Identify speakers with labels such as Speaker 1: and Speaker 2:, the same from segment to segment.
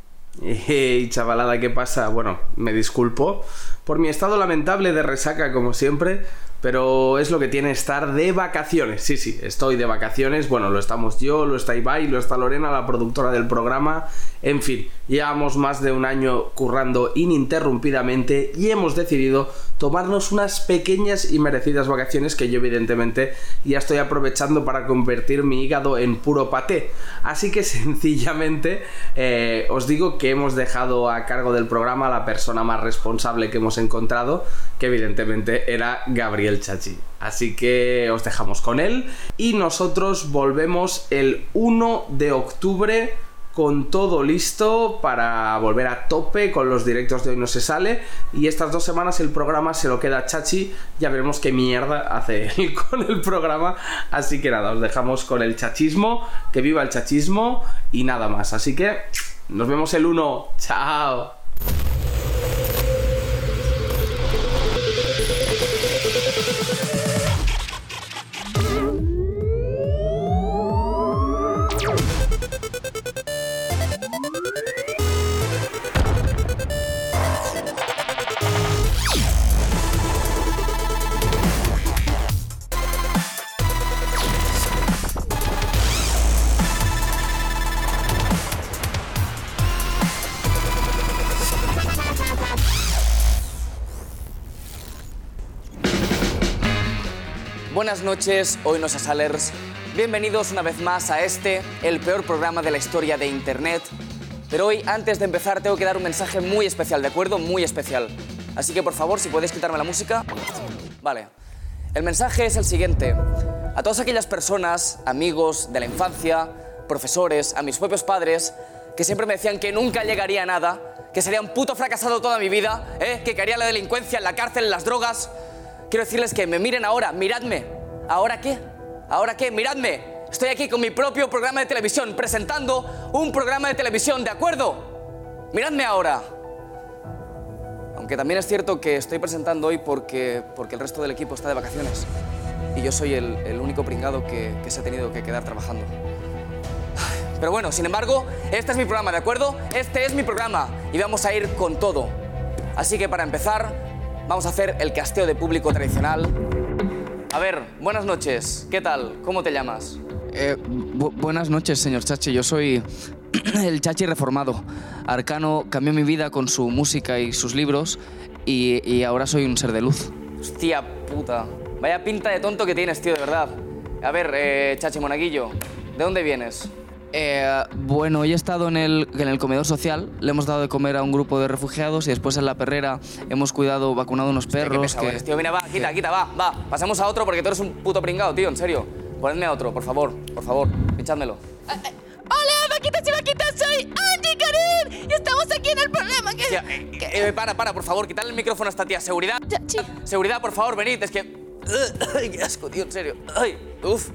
Speaker 1: Hey, chavalada, ¿qué pasa? Bueno, me disculpo por mi estado lamentable de resaca, como siempre, pero es lo que tiene estar de vacaciones. Sí, sí, estoy de vacaciones. Bueno, lo estamos yo, lo está Ibai, lo está Lorena, la productora del programa. En fin, llevamos más de un año currando ininterrumpidamente y hemos decidido tomarnos unas pequeñas y merecidas vacaciones que yo evidentemente ya estoy aprovechando para convertir mi hígado en puro paté. Así que sencillamente eh, os digo que hemos dejado a cargo del programa a la persona más responsable que hemos encontrado, que evidentemente era Gabriel Chachi. Así que os dejamos con él y nosotros volvemos el 1 de octubre con todo listo para volver a tope con los directos de hoy no se sale y estas dos semanas el programa se lo queda a Chachi ya veremos qué mierda hace él con el programa así que nada os dejamos con el chachismo que viva el chachismo y nada más así que nos vemos el 1 chao
Speaker 2: Buenas noches, hoy no salers. Bienvenidos una vez más a este, el peor programa de la historia de Internet. Pero hoy, antes de empezar, tengo que dar un mensaje muy especial, ¿de acuerdo? Muy especial. Así que por favor, si podéis quitarme la música. Vale. El mensaje es el siguiente. A todas aquellas personas, amigos de la infancia, profesores, a mis propios padres, que siempre me decían que nunca llegaría a nada, que sería un puto fracasado toda mi vida, ¿eh? que quería la delincuencia, la cárcel, las drogas. Quiero decirles que me miren ahora, miradme, ¿Ahora qué? ¿Ahora qué? Miradme. Estoy aquí con mi propio programa de televisión, presentando un programa de televisión, ¿de acuerdo? Miradme ahora. Aunque también es cierto que estoy presentando hoy porque, porque el resto del equipo está de vacaciones. Y yo soy el, el único pringado que, que se ha tenido que quedar trabajando. Pero bueno, sin embargo, este es mi programa, ¿de acuerdo? Este es mi programa y vamos a ir con todo. Así que para empezar, vamos a hacer el casteo de público tradicional. A ver, buenas noches. ¿Qué tal? ¿Cómo te llamas? Eh, buenas noches, señor Chachi. Yo soy el Chachi reformado. Arcano cambió mi vida con su música y sus libros y, y ahora soy un ser de luz. Hostia puta. Vaya pinta de tonto que tienes, tío, de verdad. A ver, eh, Chachi Monaguillo, ¿de dónde vienes? Eh, bueno, hoy he estado en el, en el comedor social, le hemos dado de comer a un grupo de refugiados y después en la perrera hemos cuidado, vacunado unos perros.
Speaker 3: pesado eres,
Speaker 2: tío, mira, va, quita, quita, va, va. Pasamos a otro porque tú eres un puto pringado, tío, en serio. Ponedme a otro, por favor, por favor, pinchádmelo.
Speaker 4: Hola, vaquitas y vaquitas, soy Angie Karim y estamos aquí en el problema. que-
Speaker 2: Tía, eh, eh, para, para, por favor, quitarle el micrófono a esta tía. Seguridad. Seguridad, por favor, venid. Es que. Ay, qué asco, tío, en serio. Ay, uf.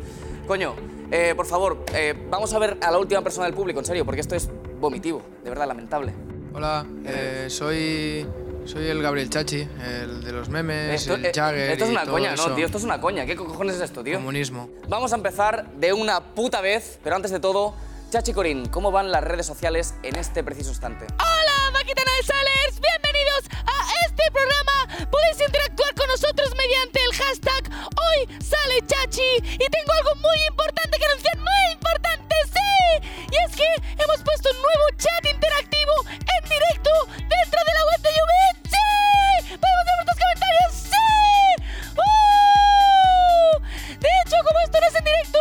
Speaker 2: Coño, eh, por favor, eh, vamos a ver a la última persona del público, en serio, porque esto es vomitivo, de verdad, lamentable.
Speaker 5: Hola, eh, soy, soy el Gabriel Chachi, el de los memes,
Speaker 2: Esto,
Speaker 5: el
Speaker 2: eh,
Speaker 5: Jagger
Speaker 2: esto es
Speaker 5: y
Speaker 2: una
Speaker 5: todo
Speaker 2: coña,
Speaker 5: eso.
Speaker 2: no, tío, esto es una coña. ¿Qué co- cojones es esto, tío?
Speaker 5: Comunismo.
Speaker 2: Vamos a empezar de una puta vez, pero antes de todo, Chachi Corín, ¿cómo van las redes sociales en este preciso instante?
Speaker 4: Hola, vaquita Salers, bienvenidos a este programa. Podéis interactuar con nosotros mediante el hashtag Hoy sale Chachi. Y tengo algo muy importante que anunciar, muy importante, sí. Y es que hemos puesto un nuevo chat interactivo en directo dentro de la web de YouTube. ¡Sí! ¡Podemos ver vuestros comentarios! ¡Sí! ¡Uh! De hecho, como esto no es en directo,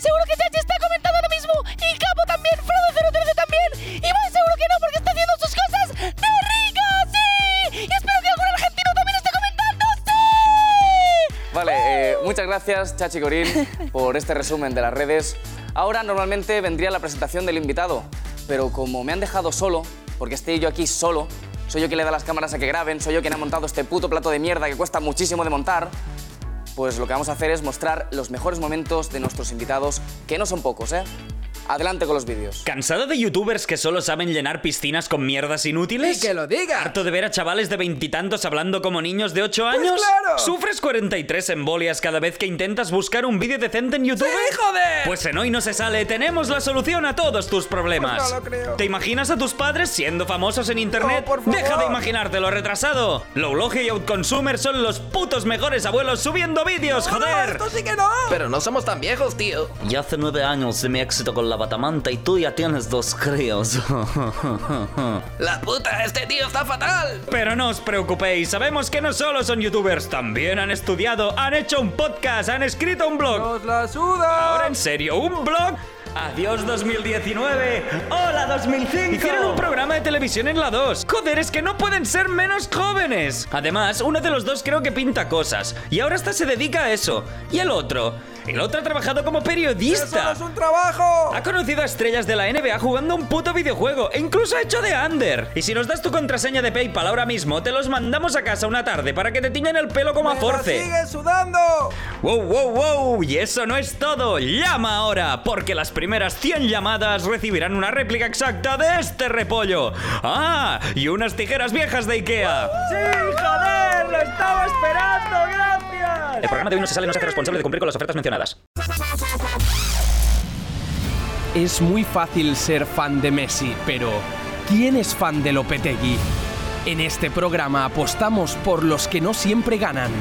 Speaker 4: seguro que Chachi está comentando ahora mismo y Capo también, Frodo013 también. Y más seguro que no, porque está haciendo sus cosas de rico, sí. Y espero que algún argentino también esté comentando, sí.
Speaker 2: Vale, eh, muchas gracias Chachi Corín por este resumen de las redes. Ahora normalmente vendría la presentación del invitado, pero como me han dejado solo, porque estoy yo aquí solo, soy yo quien le da las cámaras a que graben, soy yo quien ha montado este puto plato de mierda que cuesta muchísimo de montar, pues lo que vamos a hacer es mostrar los mejores momentos de nuestros invitados, que no son pocos, ¿eh? Adelante con los vídeos.
Speaker 6: ¿Cansado de youtubers que solo saben llenar piscinas con mierdas inútiles?
Speaker 5: ¡Y que lo diga!
Speaker 6: ¿Harto de ver a chavales de veintitantos hablando como niños de 8 años?
Speaker 5: Pues claro!
Speaker 6: ¿Sufres 43 embolias cada vez que intentas buscar un vídeo decente en YouTube?
Speaker 5: ¡Sí, joder!
Speaker 6: Pues en Hoy No Se Sale tenemos la solución a todos tus problemas.
Speaker 5: Pues no lo creo.
Speaker 6: ¿Te imaginas a tus padres siendo famosos en internet?
Speaker 5: No, por favor.
Speaker 6: ¡Deja de imaginártelo, retrasado! Lowlogia y Outconsumer son los putos mejores abuelos subiendo vídeos, joder!
Speaker 5: sí que no!
Speaker 3: Pero no somos tan viejos, tío.
Speaker 6: Ya hace nueve años de mi éxito con la batamanta y tú ya tienes dos críos.
Speaker 3: La puta, este tío está fatal.
Speaker 6: Pero no os preocupéis, sabemos que no solo son youtubers, también han estudiado, han hecho un podcast, han escrito un blog.
Speaker 5: ¡Nos la suda!
Speaker 6: Ahora en serio, ¿un blog? Adiós 2019. Hola 2005. Hicieron un programa de televisión en la 2. Joder, es que no pueden ser menos jóvenes. Además, uno de los dos creo que pinta cosas. Y ahora hasta se dedica a eso. Y el otro. El otro ha trabajado como periodista.
Speaker 5: un trabajo!
Speaker 6: Ha conocido a estrellas de la NBA jugando un puto videojuego e incluso ha hecho de under. Y si nos das tu contraseña de PayPal ahora mismo, te los mandamos a casa una tarde para que te tiñan el pelo como a Force.
Speaker 5: sudando!
Speaker 6: ¡Wow, wow, wow! Y eso no es todo. Llama ahora, porque las primeras 100 llamadas recibirán una réplica exacta de este repollo. ¡Ah! Y unas tijeras viejas de Ikea. ¡Sí, joder! ¡Lo estaba esperando! ¡Gracias! El programa de hoy no se sale, no se hace responsable de cumplir con las ofertas mencionadas.
Speaker 1: Es muy fácil ser fan de Messi, pero ¿quién es fan de Lopetegui? En este programa apostamos por los que no siempre ganan,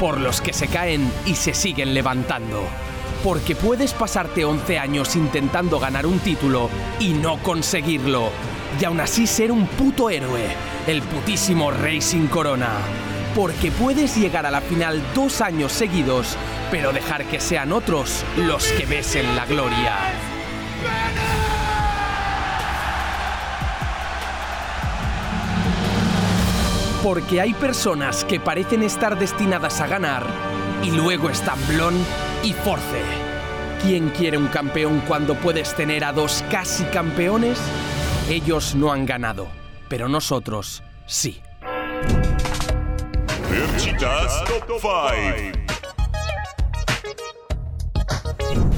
Speaker 1: por los que se caen y se siguen levantando. Porque puedes pasarte 11 años intentando ganar un título y no conseguirlo, y aún así ser un puto héroe, el putísimo rey sin corona. Porque puedes llegar a la final dos años seguidos, pero dejar que sean otros los que besen la gloria. Porque hay personas que parecen estar destinadas a ganar y luego están Blon y Force. ¿Quién quiere un campeón cuando puedes tener a dos casi campeones? Ellos no han ganado, pero nosotros sí.
Speaker 7: Chicas Top 5.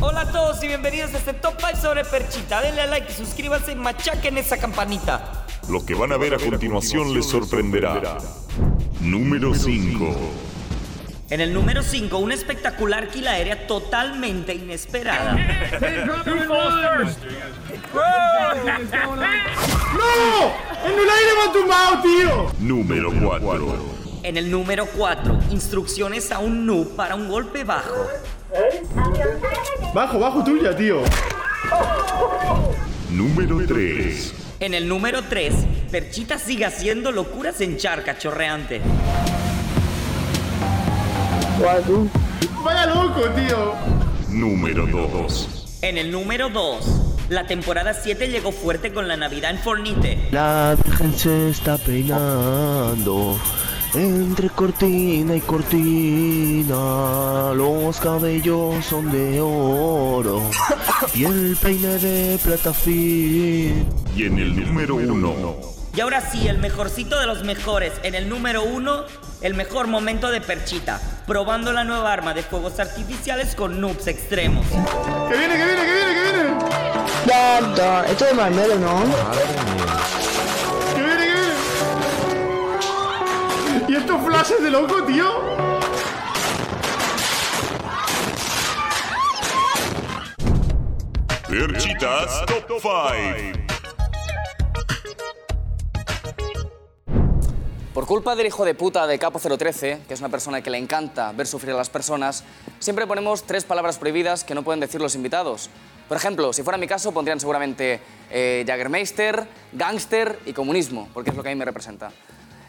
Speaker 4: Hola a todos y bienvenidos a este Top 5 sobre Perchita. Denle a like, suscríbanse y machaquen esa campanita.
Speaker 7: Lo que van a ver a continuación les sorprenderá. Número 5.
Speaker 4: En el número 5, una espectacular quila aérea totalmente inesperada.
Speaker 7: Número 4.
Speaker 4: En el número 4, instrucciones a un noob para un golpe bajo.
Speaker 8: Bajo, bajo tuya, tío.
Speaker 7: Número 3.
Speaker 4: En el número 3, Perchita sigue haciendo locuras en charca chorreante.
Speaker 8: Vaya loco, tío.
Speaker 7: Número 2.
Speaker 4: En el número 2, la temporada 7 llegó fuerte con la Navidad en Fornite.
Speaker 9: La Virgen se está peinando entre cortina y cortina. Los cabellos son de oro y el peine de plata fina.
Speaker 7: Y en el número 1.
Speaker 4: Y ahora sí, el mejorcito de los mejores. En el número uno, el mejor momento de Perchita. Probando la nueva arma de fuegos artificiales con noobs extremos.
Speaker 8: Que viene, que viene, que viene, que viene.
Speaker 10: Esto es Marmelo, ¿no?
Speaker 8: Que viene, que viene. Y estos flashes de loco, tío.
Speaker 7: Perchitas Top 5.
Speaker 2: Por culpa del hijo de puta de Capo 013, que es una persona que le encanta ver sufrir a las personas, siempre ponemos tres palabras prohibidas que no pueden decir los invitados. Por ejemplo, si fuera mi caso, pondrían seguramente eh, Jagermeister, Gangster y Comunismo, porque es lo que a mí me representa.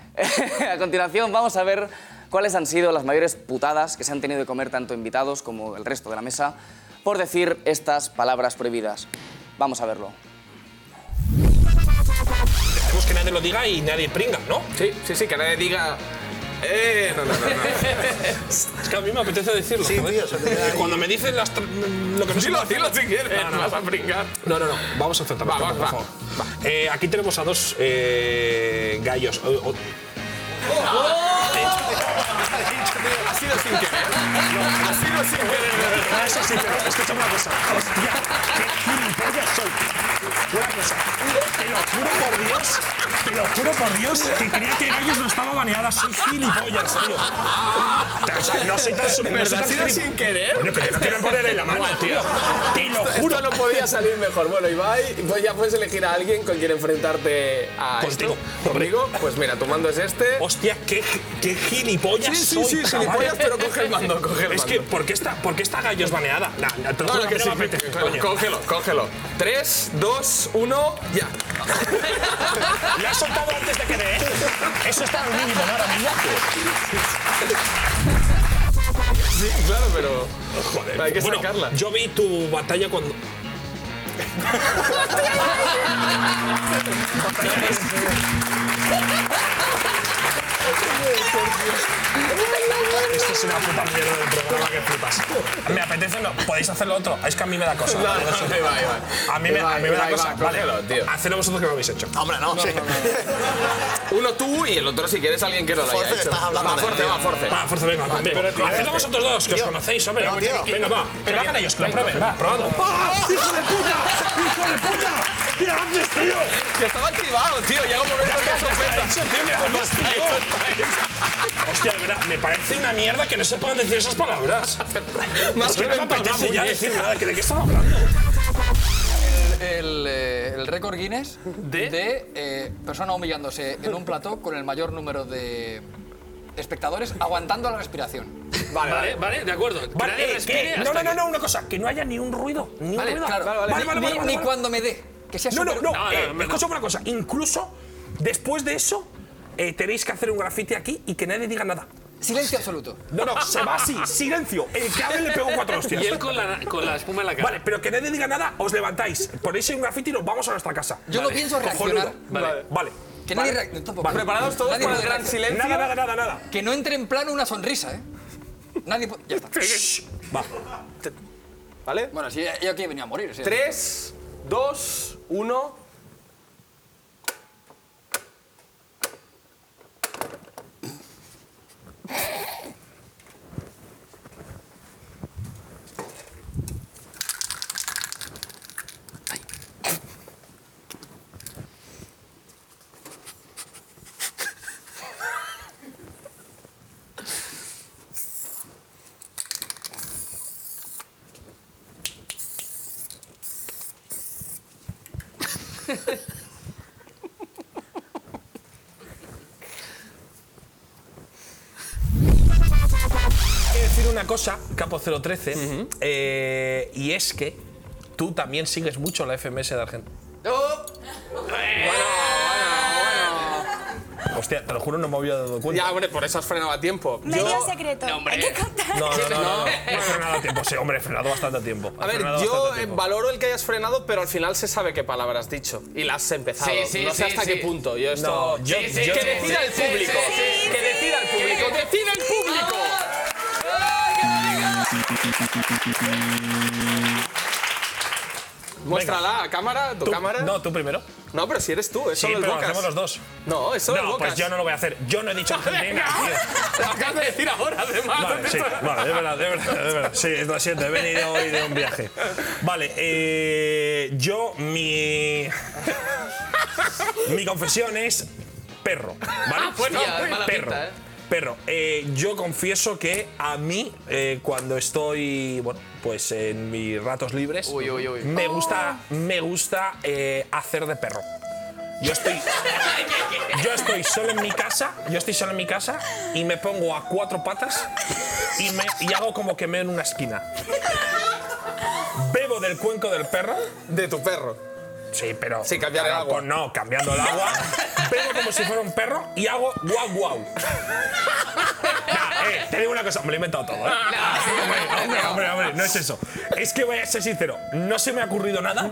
Speaker 2: a continuación, vamos a ver cuáles han sido las mayores putadas que se han tenido que comer tanto invitados como el resto de la mesa por decir estas palabras prohibidas. Vamos a verlo.
Speaker 11: Queremos que nadie lo diga y nadie pringa, ¿no?
Speaker 1: Sí, sí, sí, que nadie diga. Eh, no, no, no.
Speaker 11: Es que a mí me apetece decirlo. Sí, tío, Cuando me dicen las. tr- mm, Lo que no
Speaker 1: Dilo, dilo si quieres, vas a pringar.
Speaker 11: No, no, no. Vamos a enfrentarnos.
Speaker 1: Va, va,
Speaker 11: por
Speaker 1: va.
Speaker 11: favor. Eh, aquí tenemos a dos eh, gallos. O- o- Ha sido sin querer.
Speaker 3: Así no se puede.
Speaker 6: No, Ah, eso sí, pero escucha una cosa. Hostia, qué gilipollas soy. Una cosa. Te lo juro por Dios. Te lo juro por Dios que creía que Gallos no estaba baneada. Soy gilipollas, tío. O sea, no soy tan
Speaker 3: ¿De
Speaker 6: no soy
Speaker 3: verdad
Speaker 6: tan
Speaker 3: ha sido
Speaker 6: gilip-
Speaker 3: sin querer?
Speaker 6: Coño, que te lo quieren poner en la mano, tío. Te lo
Speaker 1: Esto-
Speaker 6: juro.
Speaker 1: Esto no podía salir mejor. Bueno, Ibai, pues ya puedes elegir a alguien con quien enfrentarte a
Speaker 6: Contigo.
Speaker 1: esto. Conmigo, pues mira, tu mando es este.
Speaker 6: Hostia, qué, qué gilipollas
Speaker 1: Sí, sí,
Speaker 6: soy,
Speaker 1: sí,
Speaker 6: chaval.
Speaker 1: gilipollas, pero coge el mando, coge el
Speaker 6: Es
Speaker 1: mando.
Speaker 6: que, ¿por qué esta, por qué esta gallo es baneada? Nah, nah, te lo
Speaker 1: No,
Speaker 6: juro
Speaker 1: no,
Speaker 6: que
Speaker 1: que
Speaker 6: no
Speaker 1: sí,
Speaker 6: me apetece,
Speaker 1: cógelo,
Speaker 6: coño.
Speaker 1: cógelo, cógelo. 3, 2, 1, ya.
Speaker 6: Le has soltado antes de que dé. ¿eh? Eso está en un mínimo, ¿no? Ahora mismo.
Speaker 1: Sí, claro, pero.
Speaker 6: Joder.
Speaker 1: Hay que
Speaker 6: bueno,
Speaker 1: sacarla.
Speaker 6: yo vi tu batalla cuando... Esto es una puta mierda del programa que flipas. Me apetece, no. Podéis hacerlo otro. Es que a mí me da cosa.
Speaker 1: No, no, no, ahí va, ahí va.
Speaker 6: A mí me,
Speaker 1: Ahí va,
Speaker 6: a mí me da
Speaker 1: ahí va,
Speaker 6: cosa. Vale,
Speaker 1: cógelo, tío.
Speaker 6: hacedlo vosotros que lo habéis hecho. Hombre,
Speaker 1: No, no, Uno tú y el otro si quieres alguien que no lo haya
Speaker 6: Force,
Speaker 1: hecho.
Speaker 6: estás hablando
Speaker 1: Va,
Speaker 6: de-
Speaker 1: force, va, force.
Speaker 6: Va, fuerza, venga.
Speaker 1: Vale,
Speaker 6: venga.
Speaker 1: pero, tío,
Speaker 6: Hacedlo vosotros dos, que os
Speaker 1: tío.
Speaker 6: conocéis, hombre.
Speaker 1: No, tío.
Speaker 6: Venga, va. Que lo hagan ellos, que lo prueben. Va, probadlo.
Speaker 3: ¡Ah! ¡Hijo de puta! ¡Hijo de puta! ¿Qué haces, tío?
Speaker 1: Que estaba activado, tío. Llega un momento que es
Speaker 6: Eso, tío, me jodas, tío. Hostia, de verdad, me parece una mierda que no se puedan decir esas palabras.
Speaker 1: Más
Speaker 6: Es que
Speaker 1: que
Speaker 6: no me
Speaker 1: me
Speaker 6: apetece
Speaker 1: empalma,
Speaker 6: ya
Speaker 1: muñe.
Speaker 6: decir nada. ¿que ¿De qué estamos hablando?
Speaker 2: El, el, eh, el récord Guinness de, eh, persona humillándose en un plató con el mayor número de espectadores aguantando la respiración.
Speaker 3: Vale, vale, vale, de acuerdo. Que
Speaker 6: Vale,
Speaker 3: nadie
Speaker 6: eh,
Speaker 3: respire
Speaker 6: que-
Speaker 3: hasta
Speaker 6: no, no, no,
Speaker 3: que-
Speaker 6: no, una cosa, que no haya ni un ruido, ni
Speaker 2: Vale,
Speaker 6: un ruido.
Speaker 2: claro. Ni- ni- ni cuando
Speaker 6: me dé.
Speaker 2: que sea
Speaker 6: no, no,
Speaker 2: súper-
Speaker 6: no,
Speaker 2: No, no,
Speaker 6: eh,
Speaker 2: no, no.
Speaker 6: escucha una cosa, incluso después de eso eh, tenéis que hacer un grafiti aquí y que nadie diga nada.
Speaker 2: Silencio absoluto.
Speaker 6: No, no, se va así, silencio. El que hable le pego cuatro hostias.
Speaker 3: Y él con la, con la espuma en la cara.
Speaker 6: Vale, pero que nadie diga nada, os levantáis, ponéis ahí un grafiti y nos vamos a nuestra casa.
Speaker 2: Yo no pienso reaccionar.
Speaker 6: Vale, vale.
Speaker 2: Que nadie reaccione tampoco.
Speaker 1: ¿Preparados todos
Speaker 2: Nadie
Speaker 1: para el
Speaker 2: puede
Speaker 1: gran
Speaker 2: reaccionar.
Speaker 1: silencio?
Speaker 6: Nada, nada, nada, nada.
Speaker 2: Que no entre en plano una sonrisa, ¿eh? Nadie puede... Ya está.
Speaker 6: Va.
Speaker 1: ¿Vale?
Speaker 2: Bueno, si yo aquí venía a morir. o sea.
Speaker 1: 3, 2, 1.
Speaker 6: Hay que decir una cosa, Capo 013, eh, y es que tú también sigues mucho la FMS de Argentina.
Speaker 1: ¡Oh!
Speaker 6: Hostia, te lo juro, no me había dado cuenta.
Speaker 1: Ya, hombre, por eso has frenado a tiempo.
Speaker 4: Medio
Speaker 1: Yo-
Speaker 4: secreto. Hay que contar.
Speaker 6: No, no, no, no, no,
Speaker 1: No.
Speaker 6: he frenado a tiempo, sí, hombre, he frenado bastante a tiempo.
Speaker 1: A
Speaker 6: He
Speaker 1: ver,
Speaker 6: frenado
Speaker 1: yo
Speaker 6: bastante a
Speaker 1: eh,
Speaker 6: tiempo.
Speaker 1: valoro el que hayas frenado, pero al final se sabe qué palabra has dicho. Y la has empezado.
Speaker 6: Sí, sí,
Speaker 1: no sé
Speaker 6: sí,
Speaker 1: hasta
Speaker 6: sí.
Speaker 1: qué punto. Yo esto.
Speaker 6: No, yo-
Speaker 1: que
Speaker 6: Sí, sí,
Speaker 1: decida
Speaker 6: sí, sí,
Speaker 1: el público.
Speaker 6: sí, sí,
Speaker 1: que decida el público. Que decida el público. Muéstrala a cámara, tu
Speaker 6: Tú-
Speaker 1: cámara.
Speaker 6: No, tú primero.
Speaker 1: No, pero si eres tú, eso
Speaker 6: Sí,
Speaker 1: lo
Speaker 6: pero lo
Speaker 1: evocas.
Speaker 6: hacemos los dos.
Speaker 1: No, eso lo
Speaker 6: no,
Speaker 1: evocas.
Speaker 6: pues yo no lo voy a hacer. Yo no he dicho Argentina, tío.
Speaker 1: Lo acabas de decir ahora, además.
Speaker 6: Vale, sí, vale, es verdad, es verdad, es verdad. Sí, lo siento, he venido hoy de un viaje. Vale, eh, yo mi. Mi confesión es perro, ¿vale?
Speaker 3: Bueno, Hostia, es mala
Speaker 6: perro.
Speaker 3: pinta, ¿eh?
Speaker 6: Perro, Eh, yo confieso que a mí, eh, cuando estoy, bueno, pues en mis ratos libres,
Speaker 2: Uy, uy, uy.
Speaker 6: me gusta, me gusta eh, hacer de perro. Yo estoy, yo estoy solo en mi casa, yo estoy solo en mi casa y me pongo a cuatro patas y, me, y hago como que me en una esquina. Bebo del cuenco del perro.
Speaker 1: De tu perro.
Speaker 6: Sí, pero. Sí,
Speaker 1: cambiar el agua.
Speaker 6: no, cambiando el agua. Bebo como si fuera un perro y hago guau guau. Nah, eh, te digo una cosa, me lo he inventado todo, ¿eh? Hombre, hombre, hombre, hombre, no es eso. Es que voy a ser sincero, no se me ha ocurrido nada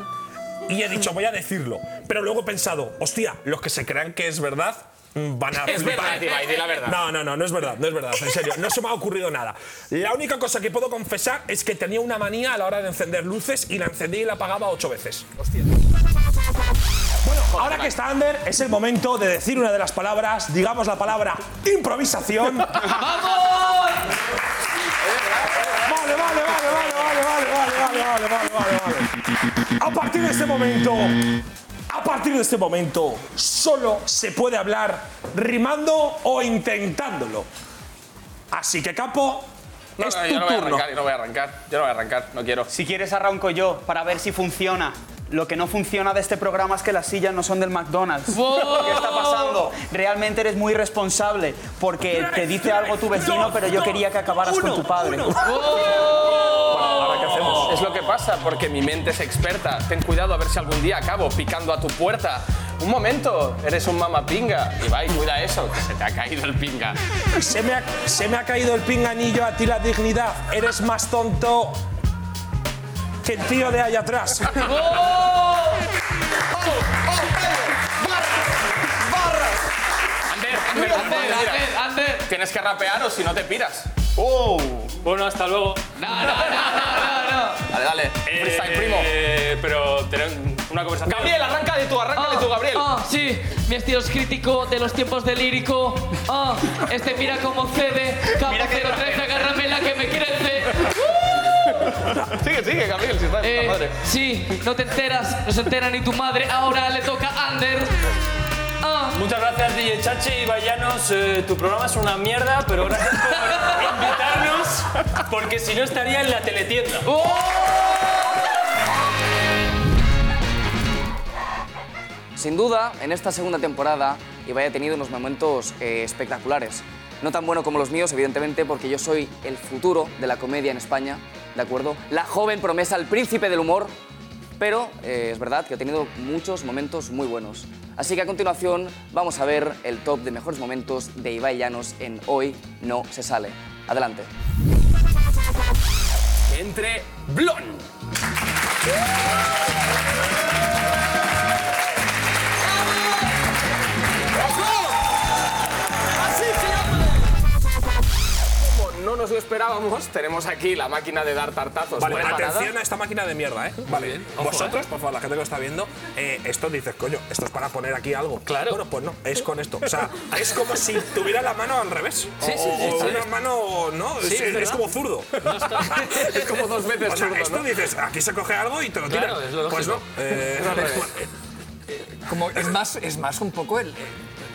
Speaker 6: y he dicho, voy a decirlo. Pero luego he pensado, hostia, los que se crean que es verdad mm, van a
Speaker 1: Es
Speaker 6: flipar.
Speaker 1: verdad, Ibai, di la verdad.
Speaker 6: No, no, no, no es verdad, no es verdad, en serio, no se me ha ocurrido nada. La única cosa que puedo confesar es que tenía una manía a la hora de encender luces y la encendí y la apagaba ocho veces. Hostia. Bueno, ahora que está Ander, es el momento de decir una de las palabras, digamos la palabra improvisación.
Speaker 3: ¡Vamos!
Speaker 6: vale, vale, vale, vale, vale, vale, vale, vale, vale, vale, vale. A partir de este momento, a partir de este momento, solo se puede hablar rimando o intentándolo. Así que, Capo,
Speaker 1: No,
Speaker 6: es
Speaker 1: no,
Speaker 6: tu
Speaker 1: yo no voy a
Speaker 6: turno.
Speaker 1: arrancar, yo no voy a arrancar, yo no voy a arrancar, no quiero.
Speaker 9: Si quieres arranco yo para ver si funciona. Lo que no funciona de este programa es que las sillas no son del McDonald's. ¿Qué está pasando? Realmente eres muy responsable porque te dice algo tu vecino, pero yo quería que acabaras con tu padre.
Speaker 1: Bueno, ¿ahora qué hacemos? Es lo que pasa, porque mi mente es experta. Ten cuidado a ver si algún día acabo picando a tu puerta. Un momento, eres un mamapinga. Y va, cuida eso, que se te ha caído el pinga.
Speaker 6: Se me, ha, se me ha caído el pinganillo a ti la dignidad. Eres más tonto que el tío de allá atrás.
Speaker 1: Ander, Ander, Ander,
Speaker 12: Ander,
Speaker 1: mira.
Speaker 12: Ander,
Speaker 1: Tienes que rapear o si no te piras. ¡Oh! Bueno, hasta luego. No, no, no, no, no. Dale, dale. Freestyle, primo.
Speaker 13: Eh, pero tener una conversación.
Speaker 1: Gabriel, arranca de tú, arranca de tú, Gabriel.
Speaker 4: Ah, sí, mi estilo es crítico de los tiempos de lírico. Ah, este mira cómo cede. Capo 013, agárrame la que me crece.
Speaker 1: Sigue, sigue, Gabriel, si está de
Speaker 4: Eh,
Speaker 1: puta madre.
Speaker 4: Sí, no te enteras, no se entera ni tu madre. Ahora le toca a Ander. Ah.
Speaker 3: Muchas gracias, DJ Chachi y Vallanos. Eh, tu programa es una mierda, pero gracias por invitarnos, porque si no estaría en la teletienda.
Speaker 2: Sin duda, en esta segunda temporada, Ibai ha tenido unos momentos eh, espectaculares. No tan bueno como los míos, evidentemente, porque yo soy el futuro de la comedia en España, ¿de acuerdo? La joven promesa, el príncipe del humor. Pero eh, es verdad que ha tenido muchos momentos muy buenos. Así que a continuación vamos a ver el top de mejores momentos de Ibai Llanos en Hoy No Se Sale. Adelante.
Speaker 1: Entre Blon. Como No nos lo esperábamos. Tenemos aquí la máquina de dar tartazos.
Speaker 6: Vale,
Speaker 1: preparada.
Speaker 6: atención a esta máquina de mierda, ¿eh? Vale.
Speaker 1: Ojo,
Speaker 6: Vosotros, por favor, la gente que lo está viendo, eh, esto dices, coño, esto es para poner aquí algo. Claro. Bueno, pues no, es con esto. O sea, es como si tuviera la mano al revés.
Speaker 13: Sí, sí,
Speaker 6: O-
Speaker 13: sí,
Speaker 6: o
Speaker 13: sí.
Speaker 6: Una mano, ¿no?
Speaker 13: Sí,
Speaker 6: es,
Speaker 13: es
Speaker 6: es
Speaker 13: verdad.
Speaker 6: como zurdo.
Speaker 1: es como dos veces
Speaker 6: O sea,
Speaker 1: zurdo,
Speaker 6: esto
Speaker 1: ¿no?
Speaker 6: dices, aquí se coge algo y te lo tira.
Speaker 14: Claro, es lo
Speaker 6: pues no.
Speaker 14: lógico.
Speaker 6: eh,
Speaker 14: Es al revés. Como es más, es más un poco el.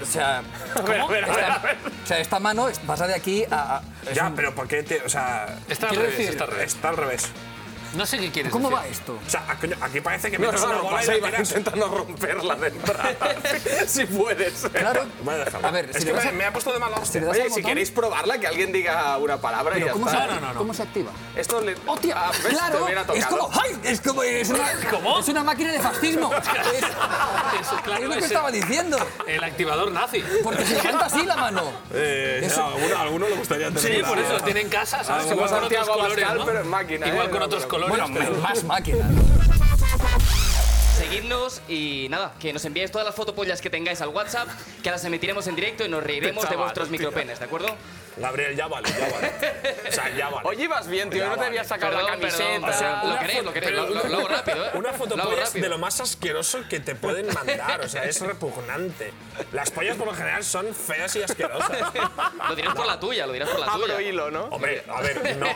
Speaker 14: O sea,
Speaker 6: A ver, a ver, a ver,
Speaker 14: esta,
Speaker 6: a ver.
Speaker 14: o sea, esta mano es- pasa de aquí a. a- es
Speaker 6: ya,
Speaker 14: un-
Speaker 6: pero ¿por qué te.? O sea.
Speaker 14: Está al Quiero revés, decir- está al revés.
Speaker 6: Está al revés.
Speaker 14: No sé qué quieres ¿Cómo va esto?
Speaker 6: O sea, ah, coño, aquí parece que
Speaker 14: No,
Speaker 6: metes
Speaker 14: no,
Speaker 6: una
Speaker 14: no,
Speaker 6: bola y
Speaker 14: pasa
Speaker 6: la
Speaker 14: y va
Speaker 6: tiras.
Speaker 1: intentando romperla de entrada. si puedes.
Speaker 14: Claro.
Speaker 6: Voy a dejarla.
Speaker 14: A ver,
Speaker 6: es
Speaker 14: si le
Speaker 6: que
Speaker 14: das
Speaker 6: me,
Speaker 14: a-
Speaker 6: me ha puesto de mala hostia.
Speaker 14: le das
Speaker 1: Oye,
Speaker 14: al
Speaker 1: si
Speaker 14: botón-
Speaker 1: queréis probarla, que alguien diga una palabra y
Speaker 14: Pero
Speaker 1: ya
Speaker 14: ¿cómo,
Speaker 1: está.
Speaker 14: se, ¿Cómo se activa?
Speaker 1: Esto le.
Speaker 14: ¡Hostia!
Speaker 1: Ah, ¿ves? Te
Speaker 14: ¡Claro!
Speaker 1: hubiera
Speaker 14: Es
Speaker 1: tocado.
Speaker 14: como. ¡Ay! Es como. Es una,
Speaker 1: ¿Cómo?
Speaker 14: Es una máquina de fascismo. es, es lo que
Speaker 3: es el-
Speaker 14: estaba diciendo.
Speaker 3: El activador nazi.
Speaker 14: Porque se levanta así la mano.
Speaker 6: Eh,
Speaker 14: Eso-
Speaker 6: no, a alguno, a alguno le gustaría tener
Speaker 3: Sí,
Speaker 6: una-
Speaker 3: por eso, tienen casas, ¿sabes?
Speaker 6: Alguno-
Speaker 3: Igual con otros
Speaker 1: Ah, Santiago
Speaker 3: colores,
Speaker 1: Abascal,
Speaker 3: ¿no?
Speaker 1: pero en máquina,
Speaker 3: Igual
Speaker 1: ¿eh?
Speaker 3: con
Speaker 1: No,
Speaker 3: otros
Speaker 1: pero-
Speaker 3: colores.
Speaker 14: Bueno,
Speaker 3: pero-
Speaker 14: más máquina.
Speaker 4: Seguidnos y nada, que nos enviéis todas las fotopollas que tengáis al WhatsApp, que las emitiremos en directo y nos reiremos de
Speaker 1: Chaval,
Speaker 4: vuestros
Speaker 1: tío.
Speaker 4: micropenes, ¿de acuerdo?
Speaker 6: Gabriel, ya vale, ya vale. O sea, ya vale.
Speaker 1: Oye, ibas bien, tío.
Speaker 6: Ya
Speaker 1: No te
Speaker 6: vale.
Speaker 1: había sacado la
Speaker 4: Perdón,
Speaker 1: camiseta.
Speaker 4: perdón,
Speaker 6: O sea,
Speaker 4: Lo
Speaker 6: una
Speaker 4: queréis,
Speaker 6: foto-
Speaker 4: lo queréis,
Speaker 6: pero
Speaker 4: lo- lo- lo hago rápido, ¿eh?
Speaker 6: Una
Speaker 4: Lo hago
Speaker 6: fotopolla es
Speaker 4: rápido.
Speaker 6: de lo más asqueroso que te pueden mandar. O sea, es repugnante. Las pollas por lo general son feas y asquerosas.
Speaker 4: Lo dirás por la tuya, lo dirás por la
Speaker 1: Abro
Speaker 4: tuya.
Speaker 1: hilo, ¿no?
Speaker 6: Hombre, a ver, no,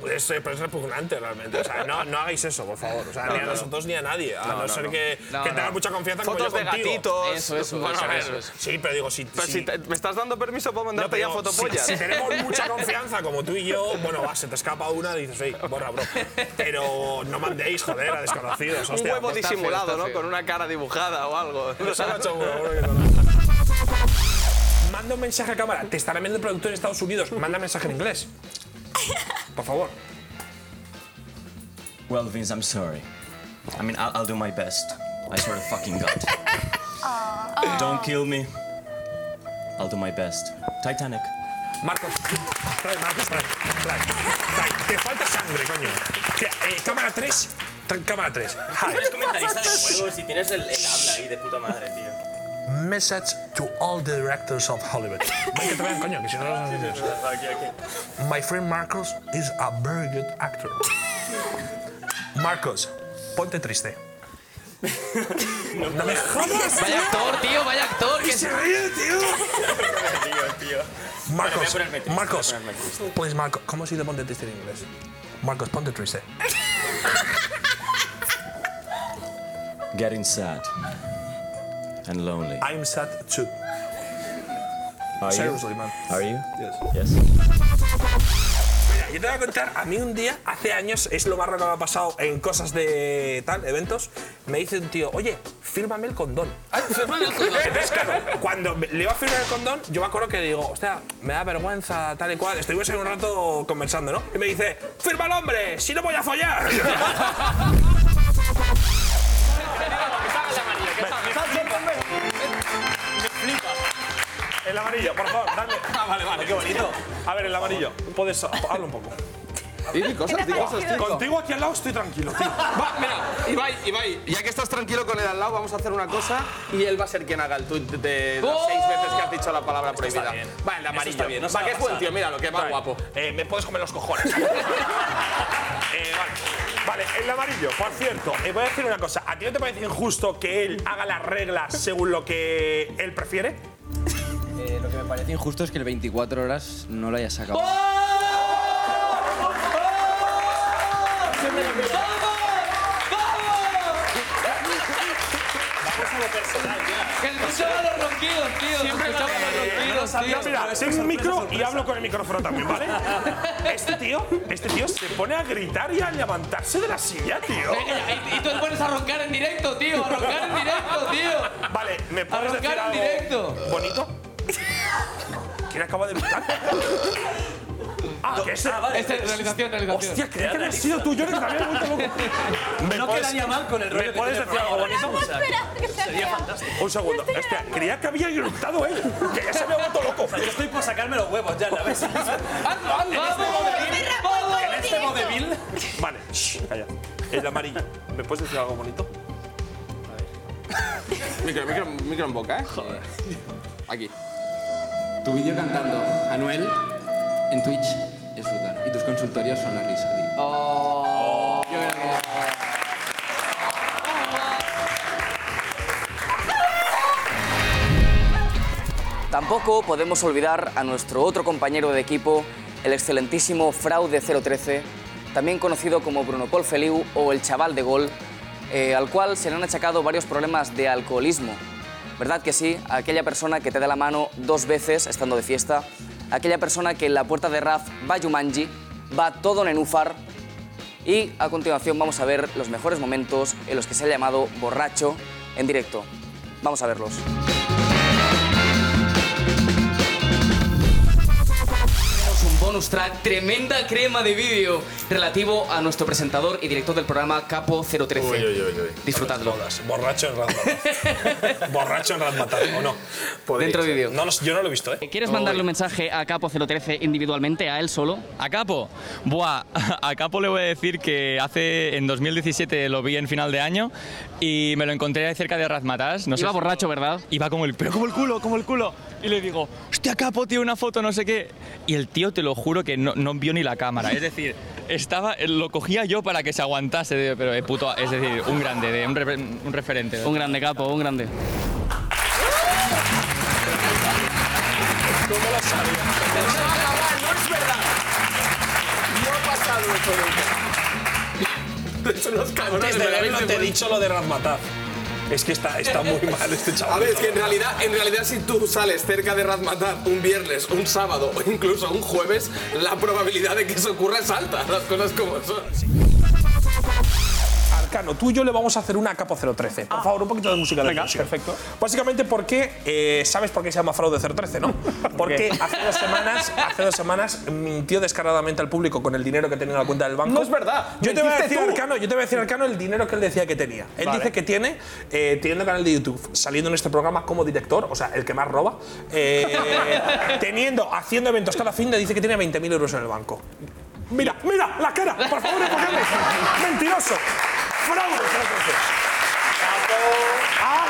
Speaker 6: no. Es, eh, pero es repugnante realmente. O sea, no, no hagáis eso, por favor. O sea,
Speaker 1: No,
Speaker 6: ni a
Speaker 1: no, no.
Speaker 6: nosotros ni a nadie.
Speaker 1: No,
Speaker 6: A no,
Speaker 1: no,
Speaker 6: ser
Speaker 1: no.
Speaker 6: que,
Speaker 1: No,
Speaker 6: que
Speaker 1: no.
Speaker 6: tengas mucha confianza como
Speaker 1: Fotos
Speaker 6: yo
Speaker 1: de
Speaker 6: contigo.
Speaker 1: gatitos. Eso, eso,
Speaker 6: Bueno,
Speaker 1: eso,
Speaker 6: a ver,
Speaker 1: eso, eso.
Speaker 6: Sí, pero digo, si.
Speaker 1: Pero
Speaker 6: si-
Speaker 1: si te- me estás dando permiso para
Speaker 6: No,
Speaker 1: mandarte
Speaker 6: pero
Speaker 1: ya fotopollas.
Speaker 6: Si, si tenemos mucha confianza como tú y yo, bueno, va, se te escapa una, dices, hey, borra, bro. Pero no mandéis, joder, a desconocidos.
Speaker 1: Un
Speaker 6: hostia.
Speaker 1: huevo
Speaker 6: Está feo,
Speaker 1: disimulado,
Speaker 6: está
Speaker 1: ¿no?
Speaker 6: feo.
Speaker 1: Con una cara dibujada o algo.
Speaker 6: Nos han hecho uno, uno que no. Manda un mensaje a cámara. Te estará viendo el productor en Estados Unidos. Manda mensaje en inglés. Por favor.
Speaker 15: Well, Vince, I'm sorry. I mean, I'll, I'll do my best. I swear to fucking God. Don't kill me. I'll do my best. Titanic.
Speaker 6: Marcos. Trae, Marcos, trae. trae. Trae. Te falta sangre, coño. Que, eh, cámara 3. Cámara 3.
Speaker 16: Eres comentarista de juegos y tienes el, el habla ahí de puta madre, tío.
Speaker 6: Message to all the directors of Hollywood. Ven, que te vean, coño, que si no, no, no, no.
Speaker 16: Aquí, aquí.
Speaker 6: My friend Marcos is a very good actor. Marcos, ponte triste. no me jodas.
Speaker 4: Vaya actor, tío, vaya actor. Que
Speaker 6: se ríe, tío.
Speaker 16: tío, tío.
Speaker 6: Marcos,
Speaker 17: Bueno, voy a ponerme triste,
Speaker 6: Marcos,
Speaker 17: voy a ponerme triste.
Speaker 6: pues Marcos, ¿cómo se dice ponte triste en inglés? Marcos, ponte triste.
Speaker 18: Getting sad and lonely.
Speaker 6: I'm sad too.
Speaker 18: Are you?
Speaker 6: Seriously, man.
Speaker 18: Are you?
Speaker 6: Yes. Mira, yo te voy a contar, a mí un día, hace años, es lo más raro que me ha pasado en cosas de tal, eventos, me dice un tío, oye, fírmame el condón. Entonces, claro, cuando me- le iba a firmar el condón, yo me acuerdo que digo, hostia, me da vergüenza, tal y cual. Estuvimos ahí un rato conversando, ¿no? Y me dice, firma el hombre, si no voy a follar. El amarillo, por favor, dame. Ah, vale, vale, qué bonito. A ver, el amarillo, puedes, oh, habla un poco.
Speaker 1: Y di cosas, di cosas, tío.
Speaker 6: Contigo aquí al lado estoy tranquilo, tío.
Speaker 1: Va, mira, Ibai, Ibai, ya que estás tranquilo con el al lado, vamos a hacer una cosa y él va a ser quien haga el tweet de, de las
Speaker 6: ¡Oh!
Speaker 1: seis veces que has dicho la palabra
Speaker 6: Esto está
Speaker 1: prohibida.
Speaker 6: bien.
Speaker 1: Va, el
Speaker 6: Eso
Speaker 1: amarillo.
Speaker 6: está bien, no se
Speaker 1: va,
Speaker 6: va
Speaker 1: que
Speaker 6: a
Speaker 1: es buen
Speaker 6: pasar.
Speaker 1: tío, míralo, que va
Speaker 6: Vale.
Speaker 1: guapo.
Speaker 6: Eh, me puedes comer los cojones. Eh, vale. Vale, el amarillo, por cierto, eh, voy a decir una cosa. ¿A ti no te parece injusto que él haga las reglas según lo que él prefiere?
Speaker 9: lo que me parece injusto es que el 24 horas no lo hayas sacado.
Speaker 19: Que escuchaba los ronquidos, tío. Siempre escuchaba los
Speaker 6: No,
Speaker 19: ronquidos, tío.
Speaker 6: mira, tengo un micro y hablo con el micrófono también, ¿vale? Este tío, este tío se pone a gritar y a levantarse de la silla, tío.
Speaker 19: Y- Y, y tú te pones a roncar en directo, tío. A roncar en directo, tío.
Speaker 6: Vale, ¿me puedes
Speaker 19: roncar
Speaker 6: decir
Speaker 19: en
Speaker 6: algo
Speaker 19: directo.
Speaker 6: bonito? ¿Quién acaba de gritar? Ah, que ese,
Speaker 19: Esta es Este, realización, realización.
Speaker 6: Hostia, creía que había sido tú, yo que también he vuelto loco. ¿Me
Speaker 17: No
Speaker 6: puedes-
Speaker 17: quedaría mal con el rollo
Speaker 6: ¿Me
Speaker 17: que
Speaker 6: puedes
Speaker 17: tiene
Speaker 6: decir
Speaker 17: el
Speaker 6: algo
Speaker 17: programa.
Speaker 6: bonito? Un segundo, espera, creía que había gritado él, que ya se había vuelto loco. yo estoy por sacarme los huevos ya, la vez.
Speaker 17: En este vodevil.
Speaker 6: Vale, shh, calla. El amarillo. ¿Me puedes decir algo bonito?
Speaker 1: Micro, micro, micro en boca, ¿eh? Joder. Aquí.
Speaker 20: Tu vídeo cantando, Anuel, en Twitch es brutal. Y tus consultorios son la risa, tío. Yo creo que-
Speaker 2: Tampoco podemos olvidar a nuestro otro compañero de equipo, el excelentísimo Fraude 013, también conocido como Bruno Paul Feliu o el chaval de gol, eh, al cual se le han achacado varios problemas de alcoholismo. ¿Verdad que sí? Aquella persona que te da la mano dos veces estando de fiesta, aquella persona que en la puerta de Raf va Yumanji, va todo nenúfar y a continuación vamos a ver los mejores momentos en los que se ha llamado borracho en directo. Vamos a verlos. Tenemos un bonus track, tremenda crema de vídeo relativo a nuestro presentador y director del programa Capo 013. Disfrutadlo.
Speaker 6: Borracho en Razmataz. Borracho en Razmataz, ¿o no?
Speaker 2: Dentro vídeo.
Speaker 6: No, los- yo no lo he visto, ¿eh?
Speaker 2: ¿Quieres mandarle un mensaje a Capo 013 individualmente, a él solo?
Speaker 9: ¿A Capo? Buah, a Capo le voy a decir que hace en 2017 lo vi en final de año y me lo encontré cerca de Razmatás. No
Speaker 2: Iba borracho,
Speaker 9: ¿verdad? Iba como el, pero como el culo, como el culo. Y le digo, hostia, Capo, tío, una foto, no sé qué. Y el tío, te lo juro, que no, no vio ni la cámara. Es decir, estaba, lo cogía yo para que se aguantase, tío, pero eh, puto, es decir, un grande, de, un, re- un referente.
Speaker 2: Un grande, Capo, un grande.
Speaker 6: ¿Cómo lo sabía?
Speaker 1: No es verdad. No ha pasado eso
Speaker 6: Antes de verlo te he dicho lo de Razmataz. Es que está, está muy mal este chaval.
Speaker 1: A ver, es que en realidad, en realidad si tú sales cerca de Razmataz un viernes, un sábado o incluso un jueves, la probabilidad de que eso ocurra es alta, las cosas como son.
Speaker 6: Arcano, tú y yo le vamos a hacer una a Capo 013.
Speaker 1: Ah.
Speaker 6: Por favor, un poquito de música de
Speaker 21: Venga,
Speaker 6: perfecto. Básicamente porque eh, sabes por qué se llama Fraude 013, ¿no? Porque hace dos semanas, hace dos semanas mintió descaradamente al público con el dinero que tenía en la cuenta del banco.
Speaker 1: No es verdad,
Speaker 6: Yo te voy a
Speaker 1: mentiste
Speaker 6: decir,
Speaker 1: tú.
Speaker 6: Arcano, yo te voy a decir Arcano el dinero que él decía que tenía. Él
Speaker 1: Vale.
Speaker 6: dice que tiene eh, teniendo canal de YouTube, saliendo en este programa como director, o sea, el que más roba, eh, teniendo, haciendo eventos cada fin de dice que tiene 20.000 euros en el banco. Mira, mira, la cara, por favor, enfocadme. Mentiroso. Fraude. Ah,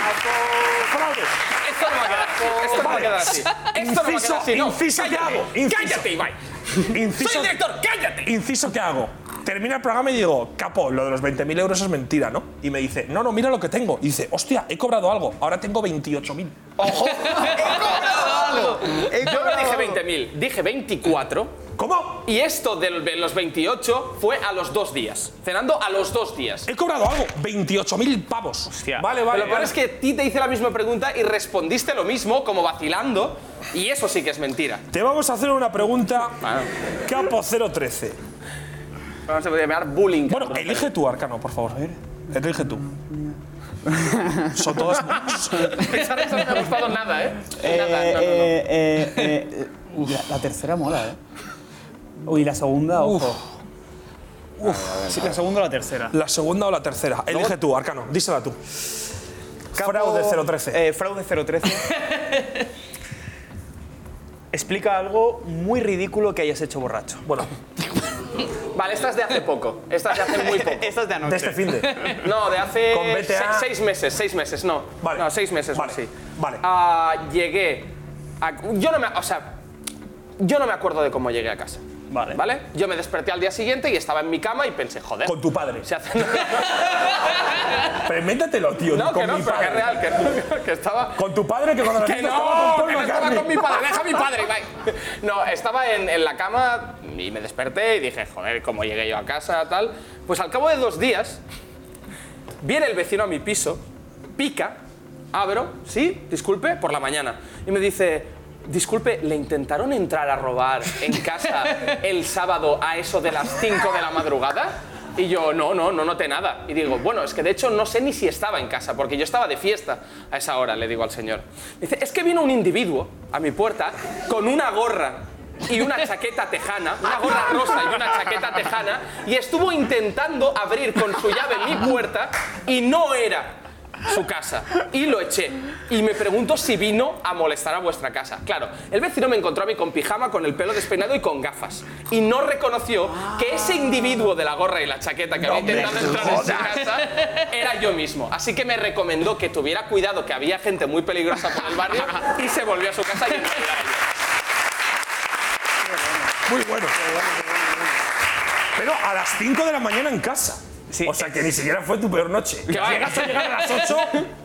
Speaker 6: Fraude.
Speaker 1: Esto no va a quedar así. Esto no va a quedar así. Esto no va a
Speaker 6: Inciso,
Speaker 1: quedar así. No,
Speaker 6: inciso que
Speaker 1: cállate,
Speaker 6: hago. Inciso.
Speaker 1: Cállate, Ibai.
Speaker 6: Inciso,
Speaker 1: Soy director, cállate.
Speaker 6: Inciso que hago. Termina el programa y digo, capo, lo de los 20.000 euros es mentira, ¿no? Y me dice, no, no, mira lo que tengo. Y dice, hostia, he cobrado algo, ahora tengo 28.000.
Speaker 1: ¡Ojo! algo. Yo no dije 20.000, dije 24.
Speaker 6: ¿Cómo?
Speaker 1: Y esto del- de los 28 fue a los dos días. Cenando a los dos días.
Speaker 6: He cobrado algo, 28.000 pavos. Hostia. Vale,
Speaker 1: Pero
Speaker 6: vale.
Speaker 1: lo peor es que a ti te hice la misma pregunta y respondiste lo mismo, como vacilando. Y eso sí que es mentira.
Speaker 6: Te vamos a hacer una pregunta. Capo 013.
Speaker 1: No se puede llamar bullying.
Speaker 6: Bueno, elige tu arcano, por favor. a ver. Elige tú. Son todos.
Speaker 1: Pensar eso no me ha gustado nada, ¿eh?
Speaker 22: Eh,
Speaker 1: Nada, no, no, no.
Speaker 22: eh, eh, eh, uy, la, la tercera mola, ¿eh? Uy, la segunda, ojo. Sí, la segunda o la tercera.
Speaker 6: La segunda o la tercera. Elige tú, arcano. Dísela tú.
Speaker 4: Fraude
Speaker 6: 013.
Speaker 4: Eh, fraude 013. Explica algo muy ridículo que hayas hecho borracho.
Speaker 6: Bueno,
Speaker 1: Vale, esta es de hace poco. Esta es de hace muy poco.
Speaker 4: esta es de anoche.
Speaker 6: De este finde.
Speaker 1: No, de hace
Speaker 6: Con BTA.
Speaker 1: se- seis meses, seis meses, no. Vale. No, seis meses, Ah, vale. sí.
Speaker 6: Vale.
Speaker 1: llegué a- Yo no me... O sea, yo no me acuerdo de cómo llegué a casa. Vale. ¿Vale? Yo me desperté al día siguiente y estaba en mi cama y pensé, joder.
Speaker 6: Con tu padre.
Speaker 1: Se hace...
Speaker 6: Pero invéntatelo, tío.
Speaker 1: no,
Speaker 6: con
Speaker 1: que no,
Speaker 6: mi
Speaker 1: pero que
Speaker 6: padre.
Speaker 1: es real, que, que estaba...
Speaker 6: Con tu padre, que cuando
Speaker 1: Que
Speaker 6: naciste estaba
Speaker 1: no,
Speaker 6: con
Speaker 1: que
Speaker 6: Paul
Speaker 1: no estaba
Speaker 6: McCartney.
Speaker 1: con mi padre, deja a mi padre. bye. No, estaba en, en la cama y me desperté y dije, joder, ¿cómo llegué yo a casa? tal. Pues al cabo de dos días, viene el vecino a mi piso, pica, abro, sí, disculpe, por la mañana. Y me dice, disculpe, ¿le intentaron entrar a robar en casa el sábado a eso de las 5 de la madrugada? Y yo, no, no, no noté nada. Y digo, bueno, es que de hecho no sé ni si estaba en casa, porque yo estaba de fiesta a esa hora, le digo al señor. Dice, es que vino un individuo a mi puerta con una gorra y una chaqueta tejana, una gorra rosa y una chaqueta tejana, y estuvo intentando abrir con su llave mi puerta y no era su casa. Y lo eché. Y me pregunto si vino a molestar a vuestra casa. Claro, el vecino me encontró a mí con pijama, con el pelo despeinado y con gafas. Y no reconoció que ese individuo de la gorra y la chaqueta que había
Speaker 6: me
Speaker 1: intentado entrar en su casa era yo mismo. Así que me recomendó que tuviera cuidado, que había gente muy peligrosa por el barrio, y se volvió a su casa y entró a ella.
Speaker 6: Muy bueno. Pero a las 5 de la mañana en casa. o sea, que ni siquiera fue tu peor noche.
Speaker 1: Que va.
Speaker 6: Llegas a llegar a las 8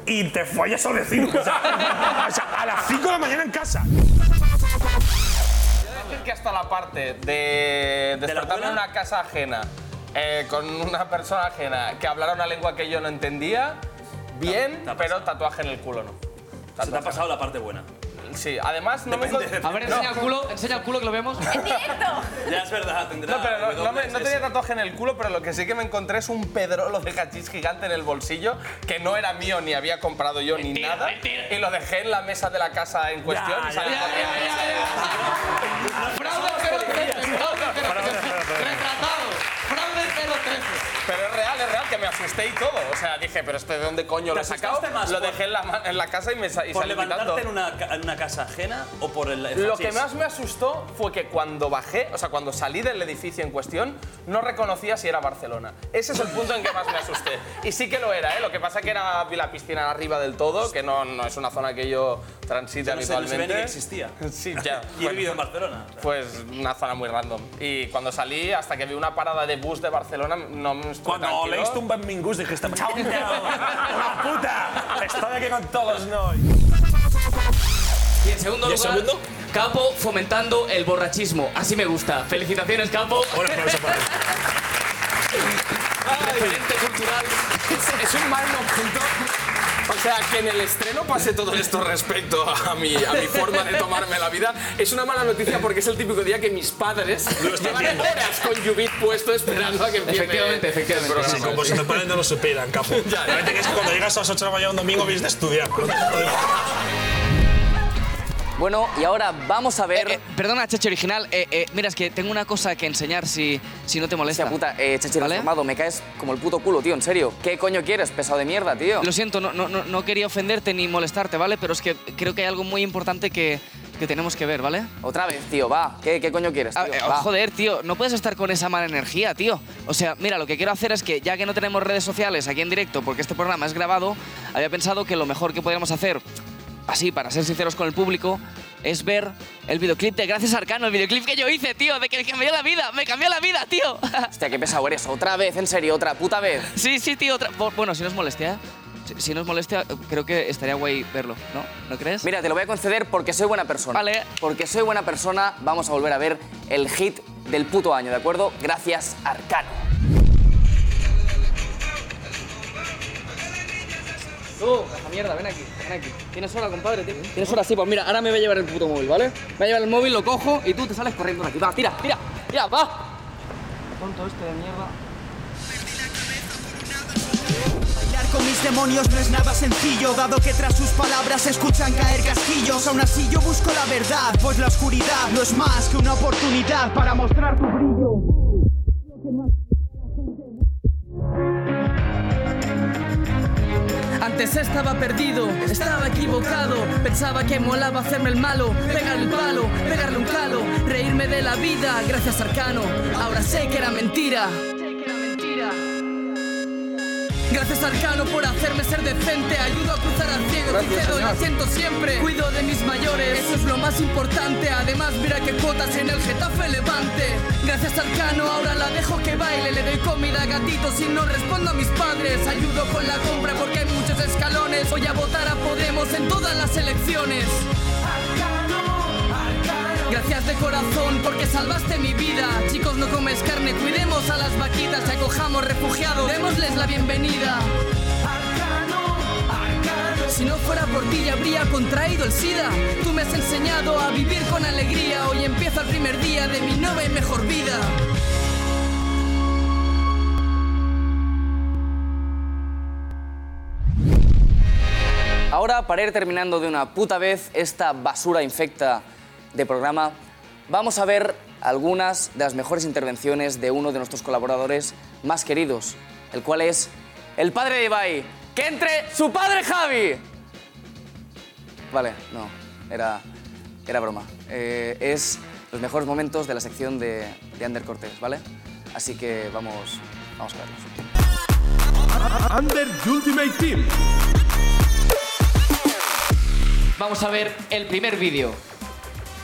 Speaker 6: y te follas al vecino. O sea, o sea, a las 5 de la mañana en casa.
Speaker 1: Quiero decir que hasta la parte de despertarme en una casa ajena, eh, con una persona ajena que hablara una lengua que yo no entendía, bien, pero tatuaje en el culo no.
Speaker 23: Se te ha pasado la parte buena.
Speaker 1: Sí, además no me... encon-
Speaker 19: A ver,
Speaker 1: no.
Speaker 19: enseña el culo, enseña el culo que lo vemos.
Speaker 23: Ya es verdad, tendrá.
Speaker 1: No, pero no, no me- no
Speaker 23: dobles,
Speaker 1: tenía tatuaje en el culo, pero lo que sí que me encontré es un pedrolo de hachís gigante en el bolsillo que no era mío, ni había comprado yo, ni nada. Y lo dejé en la mesa de la casa en cuestión y salí corriendo.
Speaker 19: Fraude 013, fraude 013. Retratado. Fraude 013.
Speaker 1: Pero es real, es real, que me asusté y todo. O sea, dije, pero esto de dónde coño lo he sacado. Lo dejé en la, ma- en la casa y me sa- y
Speaker 23: ¿Por
Speaker 1: salí
Speaker 23: levantarte
Speaker 1: quitando.
Speaker 23: en una, ca- en una casa ajena o por el el
Speaker 1: Lo
Speaker 23: hachís?
Speaker 1: que más me asustó fue que cuando bajé, o sea, cuando salí del edificio en cuestión, no reconocía si era Barcelona. Ese es el punto en que más me asusté. Y sí que lo era, ¿eh? Lo que pasa que era vi la piscina arriba del todo, que no, no es una zona que yo transite
Speaker 23: Yo no sé, no sabía
Speaker 1: habitualmente.
Speaker 23: ni que existía.
Speaker 1: Sí, ya.
Speaker 23: Y he vivido en Barcelona.
Speaker 1: Pues una zona muy random. Y cuando salí, hasta que vi una parada de bus de Barcelona, no me estuve
Speaker 6: Cuando
Speaker 1: tranquilo.
Speaker 6: leíste un Ben Mingus dijiste, ¡Chao, tío! ¡Una puta! Estoy aquí con todos, no.
Speaker 2: Y en segundo
Speaker 6: ¿Y en
Speaker 2: lugar,
Speaker 6: segundo?
Speaker 2: Capo fomentando el borrachismo. Así me gusta. Felicitaciones, Capo.
Speaker 6: Un aplauso para él.
Speaker 2: Referente cultural.
Speaker 1: Es, es un mal conjunto. O sea, que en el estreno pase todo esto respecto a mi, a mi forma de tomarme la vida es una mala noticia porque es el típico día que mis padres llevan horas con Jubit puesto esperando a que empiece
Speaker 2: Efectivamente, efectivamente.
Speaker 1: el programa.
Speaker 6: Sí, como se te ponen no lo superan, capo.
Speaker 1: Ya, ya.
Speaker 6: La verdad que es que cuando llegas a las 8 de la mañana un domingo vienes de estudiar.
Speaker 2: Bueno, y ahora vamos a ver. Eh, perdona, Cheche Original. eh, eh, mira, es que tengo una cosa que enseñar si, si no te molesta. puta, eh, Chechi ¿Vale? transformado, me caes como el puto culo, tío, en serio. ¿Qué coño quieres, pesado de mierda, tío? Lo siento, no, no, no, no quería ofenderte ni molestarte, ¿vale? Pero es que creo que hay algo muy importante que, que tenemos que ver, ¿vale?
Speaker 24: Otra vez, tío, va. ¿Qué, qué coño quieres?
Speaker 2: A- eh,
Speaker 24: va.
Speaker 2: joder, tío, no puedes estar con esa mala energía, tío. O sea, mira, lo que quiero hacer es que ya que no tenemos redes sociales aquí en directo, porque este programa es grabado, había pensado que lo mejor que podríamos hacer, así, para ser sinceros con el público, es ver el videoclip de Gracias Arcano, el videoclip que yo hice, tío, de que me cambió la vida, me cambió la vida, tío.
Speaker 24: Hostia, qué pesado eres. Otra vez, en serio, otra puta vez.
Speaker 2: sí, sí, tío, otra- bu- bueno, si no os molestia, ¿eh? Si, si no os molesta, creo que estaría guay verlo, ¿no? ¿No crees?
Speaker 25: Mira,
Speaker 2: te lo voy a conceder porque soy buena persona. Vale. Porque soy buena persona, vamos a volver a ver el hit del puto año, ¿de acuerdo? Gracias, Arcano. Tú, la mierda, ven aquí, ven aquí. Tienes hora, compadre. Tienes hora, sí, pues mira, ahora me voy a llevar el puto móvil, ¿vale? Me voy a llevar el móvil, lo cojo y tú te sales corriendo de aquí. Va, tira, tira, tira, va.
Speaker 26: Tonto este de mierda.
Speaker 27: Bailar con mis demonios no es nada sencillo, dado que tras sus palabras se escuchan caer castillos. Aún así yo busco la verdad, pues la oscuridad no es más que una oportunidad para mostrar tu brillo.
Speaker 4: Antes estaba perdido, estaba equivocado. Pensaba que molaba hacerme el malo, pegarle el palo, pegarle un calo, reírme de la vida. Gracias, Arcano. Ahora sé que era mentira. Gracias Arcano por hacerme ser decente Ayudo a cruzar al ciego
Speaker 1: Gracias,
Speaker 4: y cedo el
Speaker 1: señor.
Speaker 4: asiento siempre Cuido de mis mayores, eso es lo más importante Además mira que cuotas en el Getafe Levante Gracias Arcano, ahora la dejo que baile Le doy comida a gatitos y no respondo a mis padres Ayudo con la compra porque hay muchos escalones Voy a votar a Podemos en todas las elecciones Gracias de corazón porque salvaste mi vida. Chicos, no comes carne, cuidemos a las vaquitas y acojamos refugiados. Démosles la bienvenida. Si no fuera por ti ya habría contraído el SIDA. Tú me has enseñado a vivir con alegría. Hoy empieza el primer día de mi nueva y mejor vida.
Speaker 2: Ahora, para ir terminando de una puta vez esta basura infecta de programa, vamos a ver algunas de las mejores intervenciones de uno de nuestros colaboradores más queridos, el cual es el padre de Ibai. ¡Que entre su padre Javi! Vale, no, era, era broma. Eh, es los mejores momentos de la sección de, de Ander Cortés, ¿vale? Así que vamos, vamos a verlos.
Speaker 28: Under Ultimate Team.
Speaker 2: Vamos a ver el primer vídeo.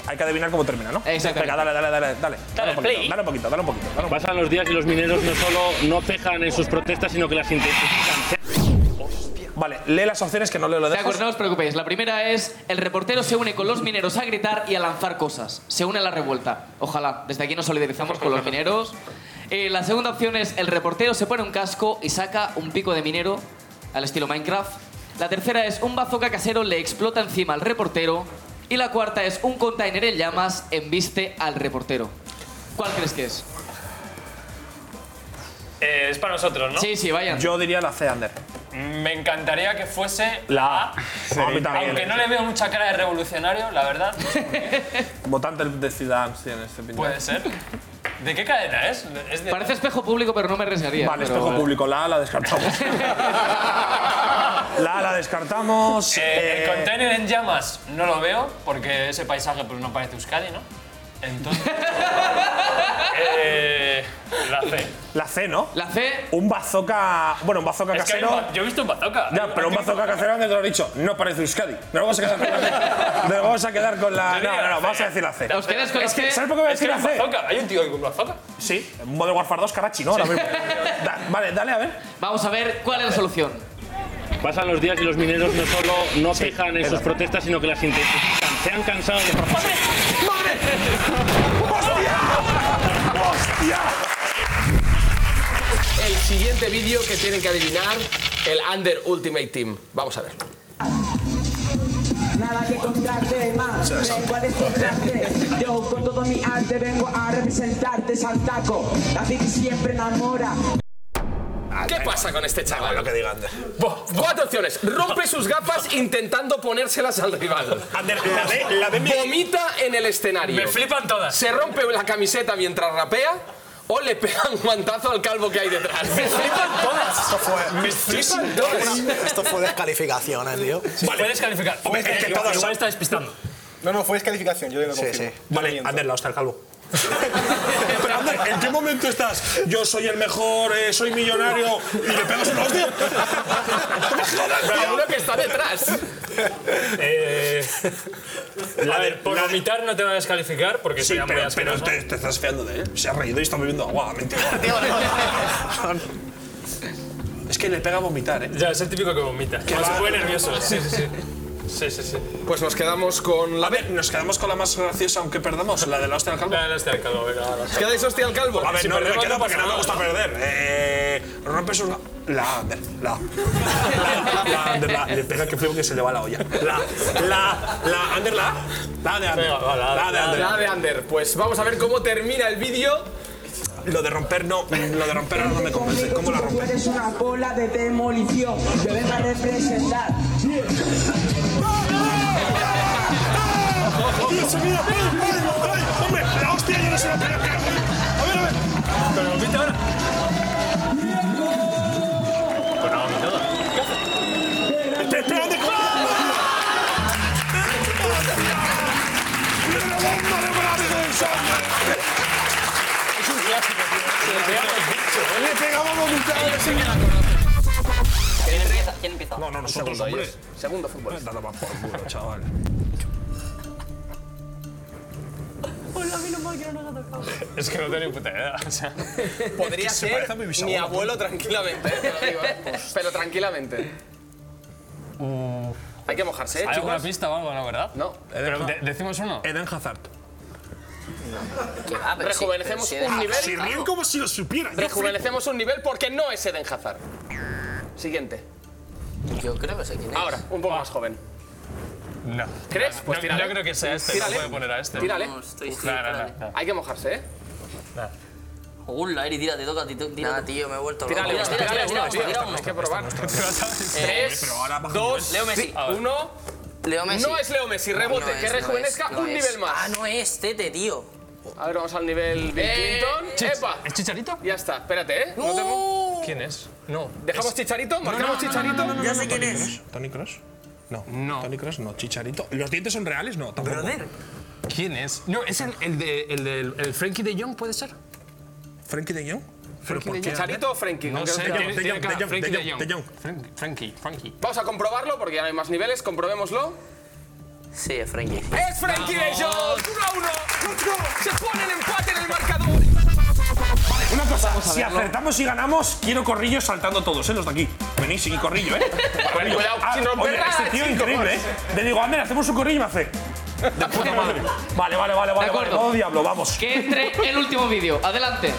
Speaker 6: Hay que adivinar cómo termina, ¿no? Exacto. Venga, dale, dale, dale, dale. Dale, un poquito, dale un poquito, dale un poquito. dale un poquito.
Speaker 9: Pasan los días y los mineros no solo no cejan en sus protestas, sino que las intensifican.
Speaker 6: Vale, lee las opciones que no leo lo
Speaker 29: De
Speaker 6: dejo.
Speaker 29: acuerdo,
Speaker 2: no os preocupéis. La primera es el reportero se une con los mineros a gritar y a lanzar cosas. Se une a la revuelta. Ojalá. Desde aquí nos solidarizamos con los mineros. Eh, la segunda opción es el reportero se pone un casco y saca un pico de minero al estilo Minecraft. La tercera es un bazooka casero le explota encima al reportero. Y la cuarta es un container en llamas embiste al reportero. ¿Cuál crees que es?
Speaker 30: Eh, es para nosotros, ¿no?
Speaker 2: Sí, sí, vayan.
Speaker 6: Yo diría la C, Ander.
Speaker 30: Me encantaría que fuese
Speaker 6: La A. A mí también.
Speaker 30: Aunque no le veo mucha cara de revolucionario, la verdad.
Speaker 6: Votante de Ciudadanos sí, en este pintor.
Speaker 30: Puede ser. ¿De qué cadena es? es de...
Speaker 2: Parece espejo público, pero no me arriesgaría.
Speaker 6: Vale,
Speaker 2: pero-
Speaker 6: espejo público. La A la descartamos. la A la descartamos.
Speaker 30: Eh, El
Speaker 6: eh,
Speaker 30: container en llamas no lo veo, porque ese paisaje pues, no parece Euskadi, ¿no? Entonces. eh, la C.
Speaker 6: La C, ¿no?
Speaker 2: La C.
Speaker 6: Un bazooka. Bueno, un bazooka
Speaker 30: Es que hay
Speaker 6: casero.
Speaker 30: un ba- yo he visto un bazooka.
Speaker 6: Ya, pero un bazooka casero antes te lo he dicho. No parece Euskadi. Nos vamos a quedar con la Nos vamos a quedar con la.
Speaker 30: Yo diría
Speaker 6: No, no,
Speaker 30: la
Speaker 6: no,
Speaker 30: C.
Speaker 6: vamos a decir la C.
Speaker 30: La C.
Speaker 6: Es que,
Speaker 30: Es que-
Speaker 6: ¿Sabes por qué voy a
Speaker 30: es que
Speaker 6: decir la
Speaker 30: hay
Speaker 6: C?
Speaker 30: un bazooka. Hay un tío que con un bazooka.
Speaker 6: Sí, en Modern Warfare 2 Karachi, ¿no? Ahora mismo. Da- vale, dale, a ver.
Speaker 2: Vamos a ver cuál es la solución.
Speaker 9: Pasan los días y los mineros no solo no cejan en sus protestas, sino que las intensifican. Se han cansado de...
Speaker 1: El siguiente vídeo que tienen que adivinar, el Under Ultimate Team. Vamos a ver.
Speaker 31: Nada que contarte más, vengo a descontarte. Yo con todo mi arte vengo a representarte, Santaco. La que siempre enamora.
Speaker 1: ¿Qué pasa con este chaval? lo que diga Ander. Cuatro opciones. Rompe sus gafas intentando ponérselas al rival.
Speaker 6: Ander, la B- la B me-
Speaker 1: Vomita en el escenario.
Speaker 6: Me flipan
Speaker 1: todas. Se rompe la camiseta mientras rapea. O le pega un guantazo al calvo que hay detrás.
Speaker 3: Me flipan todas. Esto fue-
Speaker 1: Me flipan todas.
Speaker 3: Esto fue descalificaciones, tío.
Speaker 30: Fue descalificar.
Speaker 3: Hombre, es que todas son-
Speaker 30: está despistando.
Speaker 3: No, no, fue descalificación, yo digo
Speaker 6: Sí, sí. Vale, Ander, la hostia, el calvo. Pero Ander, ¿en qué momento estás? Yo soy el mejor, eh, soy millonario y le pegas una hostia.
Speaker 1: Pero uno que está detrás.
Speaker 30: Eh, a ver, por vomitar no te van a descalificar porque
Speaker 6: Sí,
Speaker 30: sería muy
Speaker 6: pero, pero
Speaker 30: asqueroso.
Speaker 6: te, te estás fiando de él. Se ha reído y está bebiendo agua, mentira. Es que le pega vomitar, ¿eh? Ya, es el típico que vomita. Que se pone nervioso, sí, sí, sí. Sí, sí, sí.
Speaker 3: Pues nos quedamos con la.
Speaker 6: A ver, nos quedamos con la más graciosa, aunque perdamos, la de la hostia al calvo. La de la hostia al calvo, venga,
Speaker 3: ¿Os quedáis hostia al calvo?
Speaker 6: A ver,
Speaker 3: Si
Speaker 6: no, me
Speaker 3: perdemos,
Speaker 6: quedo
Speaker 3: no
Speaker 6: porque
Speaker 3: pasa
Speaker 6: no me gusta
Speaker 3: nada.
Speaker 6: perder. Eh, rompes una. La, de- la. La, Ander, la. Le pega que frío que se le va la olla. La, la, la, Ander, la. La de Ander.
Speaker 3: Venga, va, la-
Speaker 6: La de Ander.
Speaker 3: la de Ander. Pues vamos a ver cómo termina el vídeo.
Speaker 6: Lo de romper no, lo de romper no me convence. ¿Cómo la
Speaker 32: Tú
Speaker 6: rompe?
Speaker 32: eres una bola de demolición. Yo vengo a representar.
Speaker 6: ¡Dios mío! ¡Ay, ay, ay! ¡Hombre, la hostia yo no se la pega! A ver, a ver. Pero viste ahora. ¡Te esperan de
Speaker 3: Es un clásico,
Speaker 6: Le pegábamos un
Speaker 33: ¿Quién empieza? ¿Quién empieza?
Speaker 6: No, no, nosotros, hombre.
Speaker 3: Segundo fútbol.
Speaker 6: Dale más por culo, chaval.
Speaker 33: Hola, menos mal que no nos ha tocado.
Speaker 6: Es que no tengo ni puta idea. O sea,
Speaker 3: Podría ser mi, abuelo tranquilamente, eh, te lo digo, eh. pero tranquilamente. Hay que mojarse, ¿eh,
Speaker 34: ¿Hay alguna
Speaker 3: chicos?
Speaker 34: pista o algo, la verdad?
Speaker 3: No.
Speaker 34: Pero de- decimos uno.
Speaker 6: Eden Hazard.
Speaker 3: Rejuvenecemos un nivel.
Speaker 6: Si ríen como si lo supieran. yo
Speaker 3: Rejuvenecemos un nivel porque no es Eden Hazard. Siguiente.
Speaker 1: Yo creo que sé quién es.
Speaker 3: Ahora, un poco más joven.
Speaker 34: No.
Speaker 3: ¿Crees? Pues
Speaker 34: yo,
Speaker 3: tírale.
Speaker 34: yo creo que sea este.
Speaker 3: Tírale.
Speaker 34: No puede poner a este.
Speaker 3: Tírale.
Speaker 1: No, estoy-
Speaker 34: Uf,
Speaker 1: sí,
Speaker 34: no, no,
Speaker 1: tírale.
Speaker 34: no, no.
Speaker 3: Hay que mojarse, ¿eh?
Speaker 1: Hola, Eri, tírate, toca, tírate. Nah, tío, me he vuelto
Speaker 3: Tírale,
Speaker 1: loco.
Speaker 3: tírale,
Speaker 1: Tira,
Speaker 3: tírale,
Speaker 1: tira,
Speaker 3: tírale,
Speaker 1: tira,
Speaker 3: Hay
Speaker 1: tira.
Speaker 3: que probar.
Speaker 1: Eh,
Speaker 3: Tres,
Speaker 1: pero ahora baja un
Speaker 3: dos,
Speaker 1: nivel. Leo Messi. A ver.
Speaker 3: Uno.
Speaker 1: Leo Messi.
Speaker 3: No es Leo Messi,
Speaker 1: No,
Speaker 3: rebote,
Speaker 1: no es,
Speaker 3: que
Speaker 1: no
Speaker 3: rejuvenezca
Speaker 1: es, no
Speaker 3: un
Speaker 1: es.
Speaker 3: nivel más.
Speaker 1: Ah, no es Tete, tío.
Speaker 3: A ver, vamos al nivel Bill
Speaker 1: Eh,
Speaker 3: Clinton. ¡Epa! ¿Es Chicharito? Ya está, espérate, ¿eh? No tengo-
Speaker 6: ¿Quién es?
Speaker 3: No. ¿Dejamos
Speaker 6: Es-
Speaker 3: Chicharito? ¿Marcamos Chicharito?
Speaker 6: ¿Tony Cross? No. no. ¿Tony Cross? No. ¿Chicharito? ¿Los dientes son reales? No, tampoco.
Speaker 3: ¿Quién es? No, es el, el de, el del- el Frankie de Jong, ¿puede ser?
Speaker 6: ¿Frankie de Jong? ¿Pero por
Speaker 3: de
Speaker 6: qué?
Speaker 3: Jong. ¿Chicharito o Frankie? No ¿Con qué sé, nos quedamos? tiene- tiene
Speaker 6: Jong,
Speaker 3: cara,
Speaker 6: de Jong,
Speaker 3: Frankie
Speaker 6: de
Speaker 3: de
Speaker 6: Jong,
Speaker 3: Jong.
Speaker 6: de Jong.
Speaker 3: Frank- Frankie, Frankie. Vamos a comprobarlo porque ya no hay más niveles, comprobémoslo.
Speaker 1: Sí, es Frankie.
Speaker 3: ¡Es Frankie de Jong! ¡Uno a uno! ¡Se pone el empate en el marcador!
Speaker 6: Una cosa, si
Speaker 3: verlo.
Speaker 6: acertamos y ganamos, quiero corrillos saltando todos, ¿eh? Los de aquí. Venís, sin corrillo, ¿eh? Corrillo.
Speaker 3: cuidado, sin romper
Speaker 6: oye,
Speaker 3: nada,
Speaker 6: Este tío es
Speaker 3: chicos.
Speaker 6: increíble, ¿eh? Le digo, Ander, hacemos un corrillo y me hace. De puta madre. Vale, vale, vale, vale. vale.
Speaker 2: acuerdo.
Speaker 6: Todo diablo, vamos.
Speaker 2: Que entre el último vídeo. Adelante.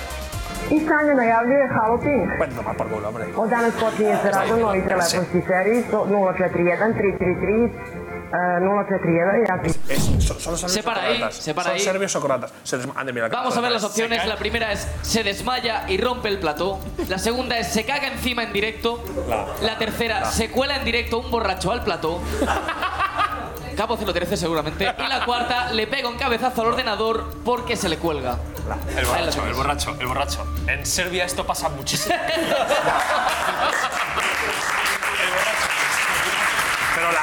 Speaker 9: I sangue me avvi dejavo pink.
Speaker 6: Bueno, más por culo, hombre.
Speaker 9: Od danas počinje se rado novi telefonski servis 041 333
Speaker 32: eh,
Speaker 9: 041 ja ti...
Speaker 6: Es- son, son los serbios
Speaker 2: Se para
Speaker 6: o
Speaker 2: ahí,
Speaker 6: croatas.
Speaker 2: se para
Speaker 6: son
Speaker 2: ahí.
Speaker 6: serbios o croatas. Se desma- Ander, mira,
Speaker 2: Vamos a ver las opciones.
Speaker 6: Se
Speaker 2: La primera es se desmaya y rompe el plató. La segunda es se caga encima en directo.
Speaker 6: La-
Speaker 2: La tercera,
Speaker 6: la-
Speaker 2: se cuela en directo un borracho al plató. Capo 013 seguramente. Y la cuarta, le pega un cabezazo al ordenador porque se le cuelga.
Speaker 34: El borracho, el borracho, el borracho. En Serbia esto pasa muchísimo.
Speaker 6: Pero la.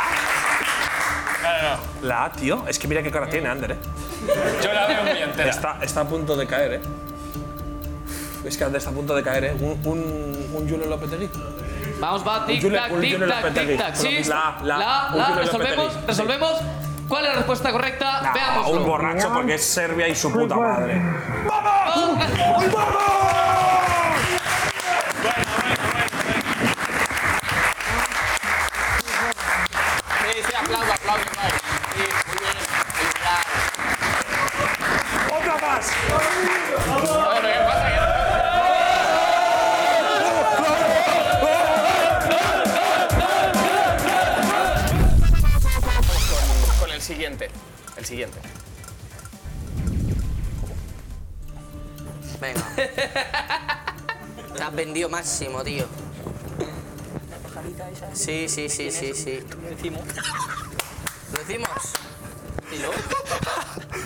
Speaker 6: La A, tío. Es que mira qué cara tiene Ander, ¿eh?
Speaker 34: Yo la veo muy entera.
Speaker 6: Está, está a punto de caer, ¿eh? Es que Ander está a punto de caer, ¿eh? Un, un, un Julio Lopetegui.
Speaker 2: Vamos, va, tic,
Speaker 6: Julio-
Speaker 2: tac,
Speaker 6: un
Speaker 2: tic,
Speaker 6: Julio
Speaker 2: tac, tic,
Speaker 6: Lopetegui.
Speaker 2: tac.
Speaker 6: Con lo
Speaker 2: Sí,
Speaker 6: mismo. La- la- un
Speaker 2: la,
Speaker 6: Julio
Speaker 2: resolvemos,
Speaker 6: Lopetegui.
Speaker 2: resolvemos. ¿Cuál es la respuesta correcta?
Speaker 6: A
Speaker 2: Veamos.
Speaker 6: un borracho porque es Serbia y su puta madre.
Speaker 3: Sí, sí, aplaudo, aplaudo. vale.
Speaker 6: ¡Otra más!
Speaker 3: Bueno, ¿qué pasa? Con- Con el siguiente. El siguiente.
Speaker 1: Venga. Te has vendido máximo, tío. Sí, sí, sí, sí, sí. Lo decimos. ¿Lo decimos? ¿Y luego?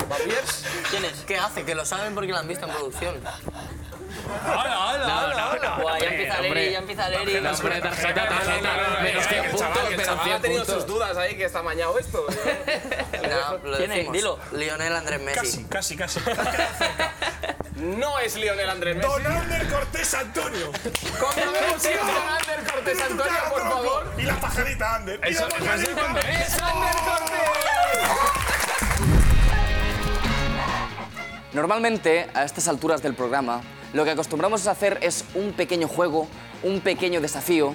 Speaker 1: ¿Babiers? ¿Quién es? ¿Qué hace? Que lo saben porque lo han visto en producción.
Speaker 3: ¡Hala,
Speaker 1: No, no, no. Guau, ya empieza el Eri, ya empieza el Eri.
Speaker 3: Hombre, tarjeta, tarjeta. Menos 100 puntos, pero ha tenido sus dudas ahí que está mañado esto. ¿eh?
Speaker 1: No, lo
Speaker 3: ¿Quién es?
Speaker 1: decimos.
Speaker 3: Dilo.
Speaker 1: Lionel Andrés Messi.
Speaker 6: Casi, casi.
Speaker 3: No es Lionel Andrés Messi.
Speaker 6: Don Ander Cortés Antonio.
Speaker 3: Comprobemos si es Don Ander Cortés Antonio, por favor.
Speaker 6: Y la pajarita Ander.
Speaker 3: Eso-
Speaker 6: Y la
Speaker 3: eso-
Speaker 6: pajarita Ander.
Speaker 3: ¡Es Ander
Speaker 35: Normalmente, a estas alturas del programa,
Speaker 36: lo que acostumbramos a hacer es un pequeño juego, un pequeño desafío,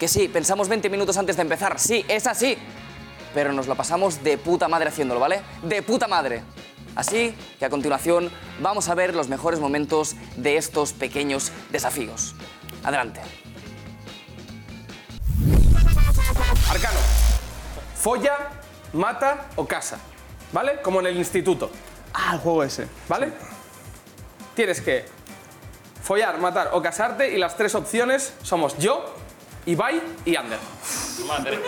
Speaker 36: que sí, pensamos 20 minutos antes de empezar, sí, es así, pero nos lo pasamos de puta madre haciéndolo, ¿vale? De puta madre. Así que a continuación vamos a ver los mejores momentos de estos pequeños desafíos. Adelante.
Speaker 3: Arcano. Folla, mata o casa. ¿Vale? Como en el instituto.
Speaker 1: Ah, el juego ese.
Speaker 3: ¿Vale? Tienes que follar, matar o casarte y las tres opciones somos yo, Ibai y Ander.
Speaker 9: Madre.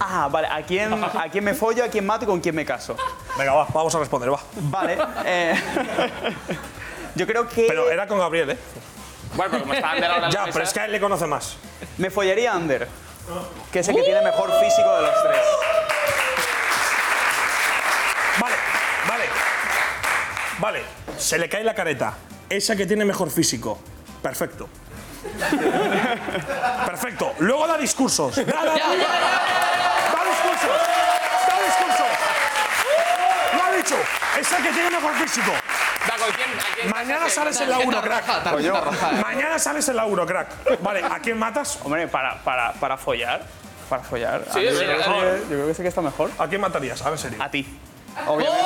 Speaker 1: Ah, vale, ¿a quién, ¿a quién me follo, a quién mato y con quién me caso?
Speaker 6: Venga, va, vamos a responder, va.
Speaker 1: Vale. eh, yo creo que.
Speaker 6: Pero era con Gabriel, ¿eh?
Speaker 3: Bueno, pero como está Ander ahora en la
Speaker 6: Ya,
Speaker 3: mesa-
Speaker 6: pero es que a él le conoce más.
Speaker 1: Me follaría a Ander, que es el que tiene mejor físico de los tres.
Speaker 6: Vale, vale. Vale, se le cae la careta. Esa que tiene mejor físico. Perfecto. Perfecto. Luego da discursos. Da, da, da, da. Da discursos. Da discursos. Lo ha dicho. Esa que tiene mejor físico. Mañana sales en la 1, crack.
Speaker 37: Coño.
Speaker 3: ¿eh?
Speaker 6: Mañana sales en la 1, crack. Vale, ¿a quién matas?
Speaker 1: Hombre, para, para, para follar. Para follar.
Speaker 6: Sí,
Speaker 1: a mí
Speaker 6: es
Speaker 1: yo creo
Speaker 6: verdad.
Speaker 1: que- Yo creo que sé que está mejor.
Speaker 6: ¿A quién matarías? A ver, serio.
Speaker 1: A ti. Obviamente.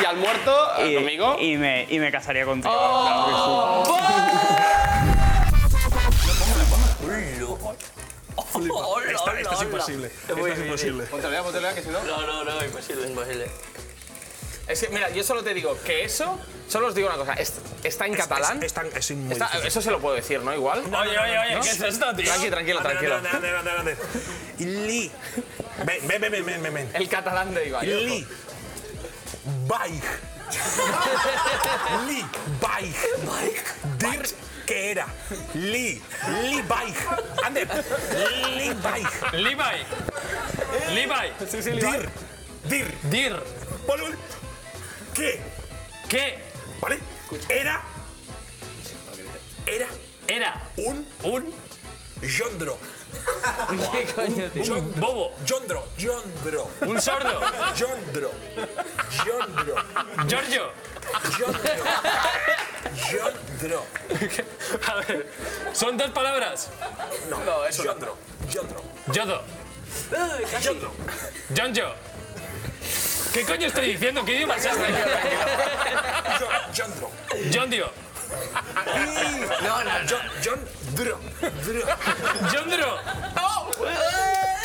Speaker 3: Y al muerto,
Speaker 1: y, conmigo. Y me, y me casaría contigo.
Speaker 6: Esta, esta es imposible. Esta es imposible.
Speaker 3: Pontelea, pontelea, que si no.
Speaker 38: No, no, no, imposible. Imposible.
Speaker 3: Es que, mira, yo solo te digo que eso, solo os digo una cosa, es- está en catalán.
Speaker 6: Es, tan- es muy
Speaker 3: Está-
Speaker 6: difícil.
Speaker 3: eso se lo puedo decir, ¿no? Igual.
Speaker 6: Oye, oye, oye, ¿qué es esto, tío?
Speaker 3: Tranqui, tranquilo,
Speaker 6: Ande,
Speaker 3: tranquilo.
Speaker 6: ande, ande, ande, ande, ande. Li. Ven, ven, ven, ven, ven, ven.
Speaker 3: El catalán de Ibai.
Speaker 6: Li. Baig. Li. Baig. Dir que era. Li. Li Baig. Ander. Li Baig.
Speaker 9: Levi. Levi.
Speaker 6: Dir. Dir.
Speaker 9: Dir.
Speaker 6: Vale, ¿Qué?
Speaker 9: ¿Qué?
Speaker 6: ¿Vale? Era. Era.
Speaker 9: Era.
Speaker 6: Un.
Speaker 9: Un.
Speaker 6: Yondro.
Speaker 9: ¿Qué coño, tío?
Speaker 6: Un
Speaker 9: bobo.
Speaker 6: Yondro. Yondro.
Speaker 9: Un sordo.
Speaker 6: Yondro. Yondro.
Speaker 9: Giorgio.
Speaker 6: Yondro. Yondro.
Speaker 9: A ver, son dos palabras.
Speaker 6: No,
Speaker 9: eso no.
Speaker 6: Yondro. Yondro.
Speaker 9: Yodo.
Speaker 6: Yondro.
Speaker 9: Jonjo. ¿Qué coño estoy diciendo? ¿Qué idioma es este?
Speaker 6: Yo- Yondro.
Speaker 9: John Dio.
Speaker 6: No, no, John, John Dro. Dro.
Speaker 9: John Dro.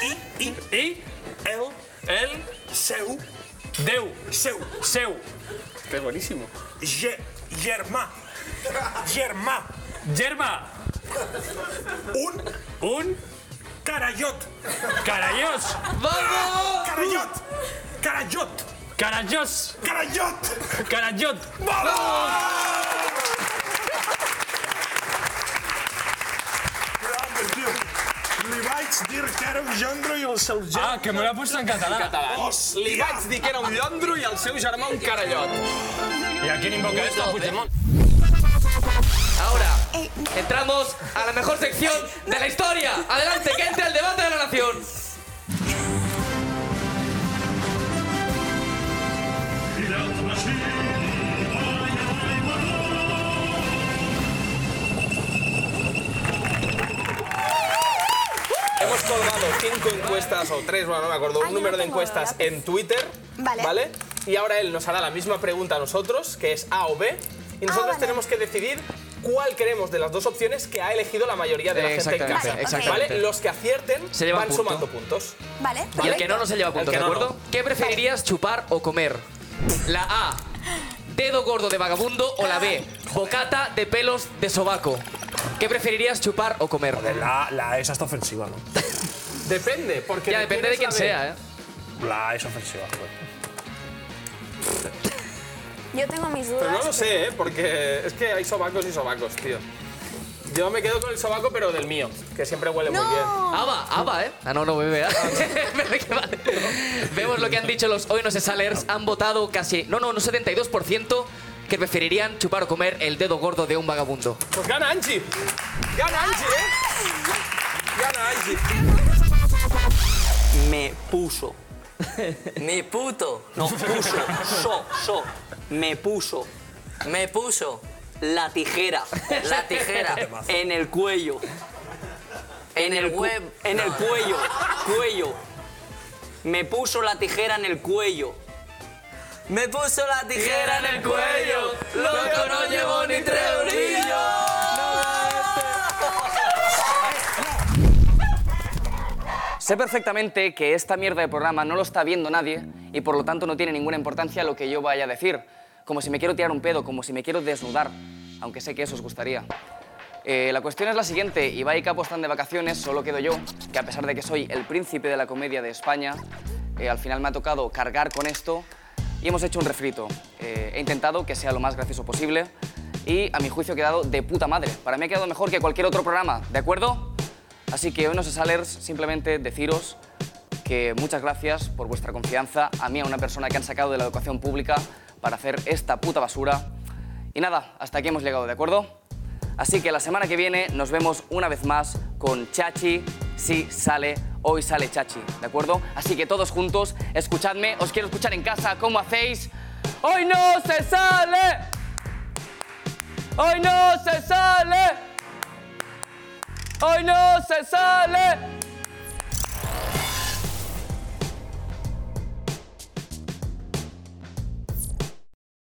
Speaker 6: I, I,
Speaker 9: I.
Speaker 6: El,
Speaker 9: El.
Speaker 6: Seu,
Speaker 9: Deu.
Speaker 6: Seu,
Speaker 9: Seu.
Speaker 3: Qué buenísimo.
Speaker 6: Ye, Yerma. Yerma.
Speaker 9: Yerma.
Speaker 6: Un
Speaker 9: Un.
Speaker 6: carayot.
Speaker 9: Carayos.
Speaker 6: ¡Vamos! Carayot. Carayot.
Speaker 9: Carayos.
Speaker 6: Carayot.
Speaker 9: Carayot.
Speaker 6: ¡Vamos! Levites, dir que era un Yondro i el seu germà.
Speaker 9: Ah, que me lo ha puesto en catalán.
Speaker 3: Li vaig dir que era un llondro i el seu germà un carallot.
Speaker 9: ¿Y a quién invoca esto? A Puigdemont.
Speaker 2: Ahora entramos a la mejor sección de la historia. Adelante, que entre el debate de la nación.
Speaker 3: Hemos colgado cinco encuestas o tres, bueno, no me acuerdo,
Speaker 4: Ah,
Speaker 3: un número de encuestas en Twitter.
Speaker 4: Vale.
Speaker 3: Y ahora él nos hará la misma pregunta a nosotros, que es A o B. Y nosotros
Speaker 4: Ah, vale.
Speaker 3: tenemos que decidir cuál creemos de las dos opciones que ha elegido la mayoría de la
Speaker 2: Eh,
Speaker 3: gente en
Speaker 2: exactamente,
Speaker 3: casa.
Speaker 2: exactamente.
Speaker 3: ¿Vale? Los que acierten
Speaker 2: Se lleva
Speaker 3: van
Speaker 2: punto.
Speaker 3: sumando puntos.
Speaker 4: Vale.
Speaker 2: Y el que no, no se lleva
Speaker 3: El
Speaker 2: puntos,
Speaker 3: que
Speaker 2: ¿de
Speaker 3: no,
Speaker 2: acuerdo?
Speaker 3: no.
Speaker 2: ¿Qué preferirías chupar o comer? La A, dedo gordo de vagabundo o la B, bocata de pelos de sobaco. ¿Qué preferirías chupar o comer?
Speaker 6: La, la esa está ofensiva, ¿no?
Speaker 3: Depende, porque.
Speaker 2: Ya
Speaker 3: te
Speaker 2: depende de quién
Speaker 3: quieres la
Speaker 2: sea, ¿eh?
Speaker 6: La es ofensiva. joder.
Speaker 4: Yo tengo mis dudas.
Speaker 3: Pero no lo sé, ¿eh? Porque es que hay sobacos y sobacos, tío. Yo me quedo con el sobaco, pero del mío, que siempre huele muy bien.
Speaker 2: Aba, aba, ¿eh? Ah, no, no, bebé. ¿eh? Vale. Vemos lo que han dicho los hoy no se salers. Han votado casi, no, no, un 72% que preferirían chupar o comer el dedo gordo de un vagabundo.
Speaker 3: Pues gana Angie. Gana Angie, ¿eh? Gana Angie.
Speaker 38: Me puso
Speaker 23: Mi puto. No, puso. So, so. Me puso. Me puso la tijera. La tijera.
Speaker 5: Qué temazo.
Speaker 23: en el cuello. En el
Speaker 5: cu-
Speaker 23: web. En el
Speaker 5: No.
Speaker 23: cuello. Cuello. Me puso la tijera en el cuello. Me puso la tijera en el cuello. Loco, no llevo ni tres brillos.
Speaker 2: Sé perfectamente que esta mierda de programa no lo está viendo nadie y por lo tanto no tiene ninguna importancia lo que yo vaya a decir. Como si me quiero tirar un pedo, como si me quiero desnudar, aunque sé que eso os gustaría. Eh, la cuestión es la siguiente, Ibai y Capo están de vacaciones, solo quedo yo, que a pesar de que soy el príncipe de la comedia de España, eh, al final me ha tocado cargar con esto y hemos hecho un refrito. Eh, he intentado que sea lo más gracioso posible y a mi juicio ha quedado de puta madre. Para mí ha quedado mejor que cualquier otro programa, ¿de acuerdo? Así que hoy no se salers, simplemente deciros que muchas gracias por vuestra confianza a mí, a una persona que han sacado de la educación pública para hacer esta puta basura. Y nada, hasta aquí hemos llegado, ¿de acuerdo? Así que la semana que viene nos vemos una vez más con Chachi. Si sale, hoy sale Chachi, ¿de acuerdo? Así que todos juntos, escuchadme, os quiero escuchar en casa, ¿cómo hacéis? ¡Hoy no se sale! ¡Hoy no se sale! ¡Hoy no se sale!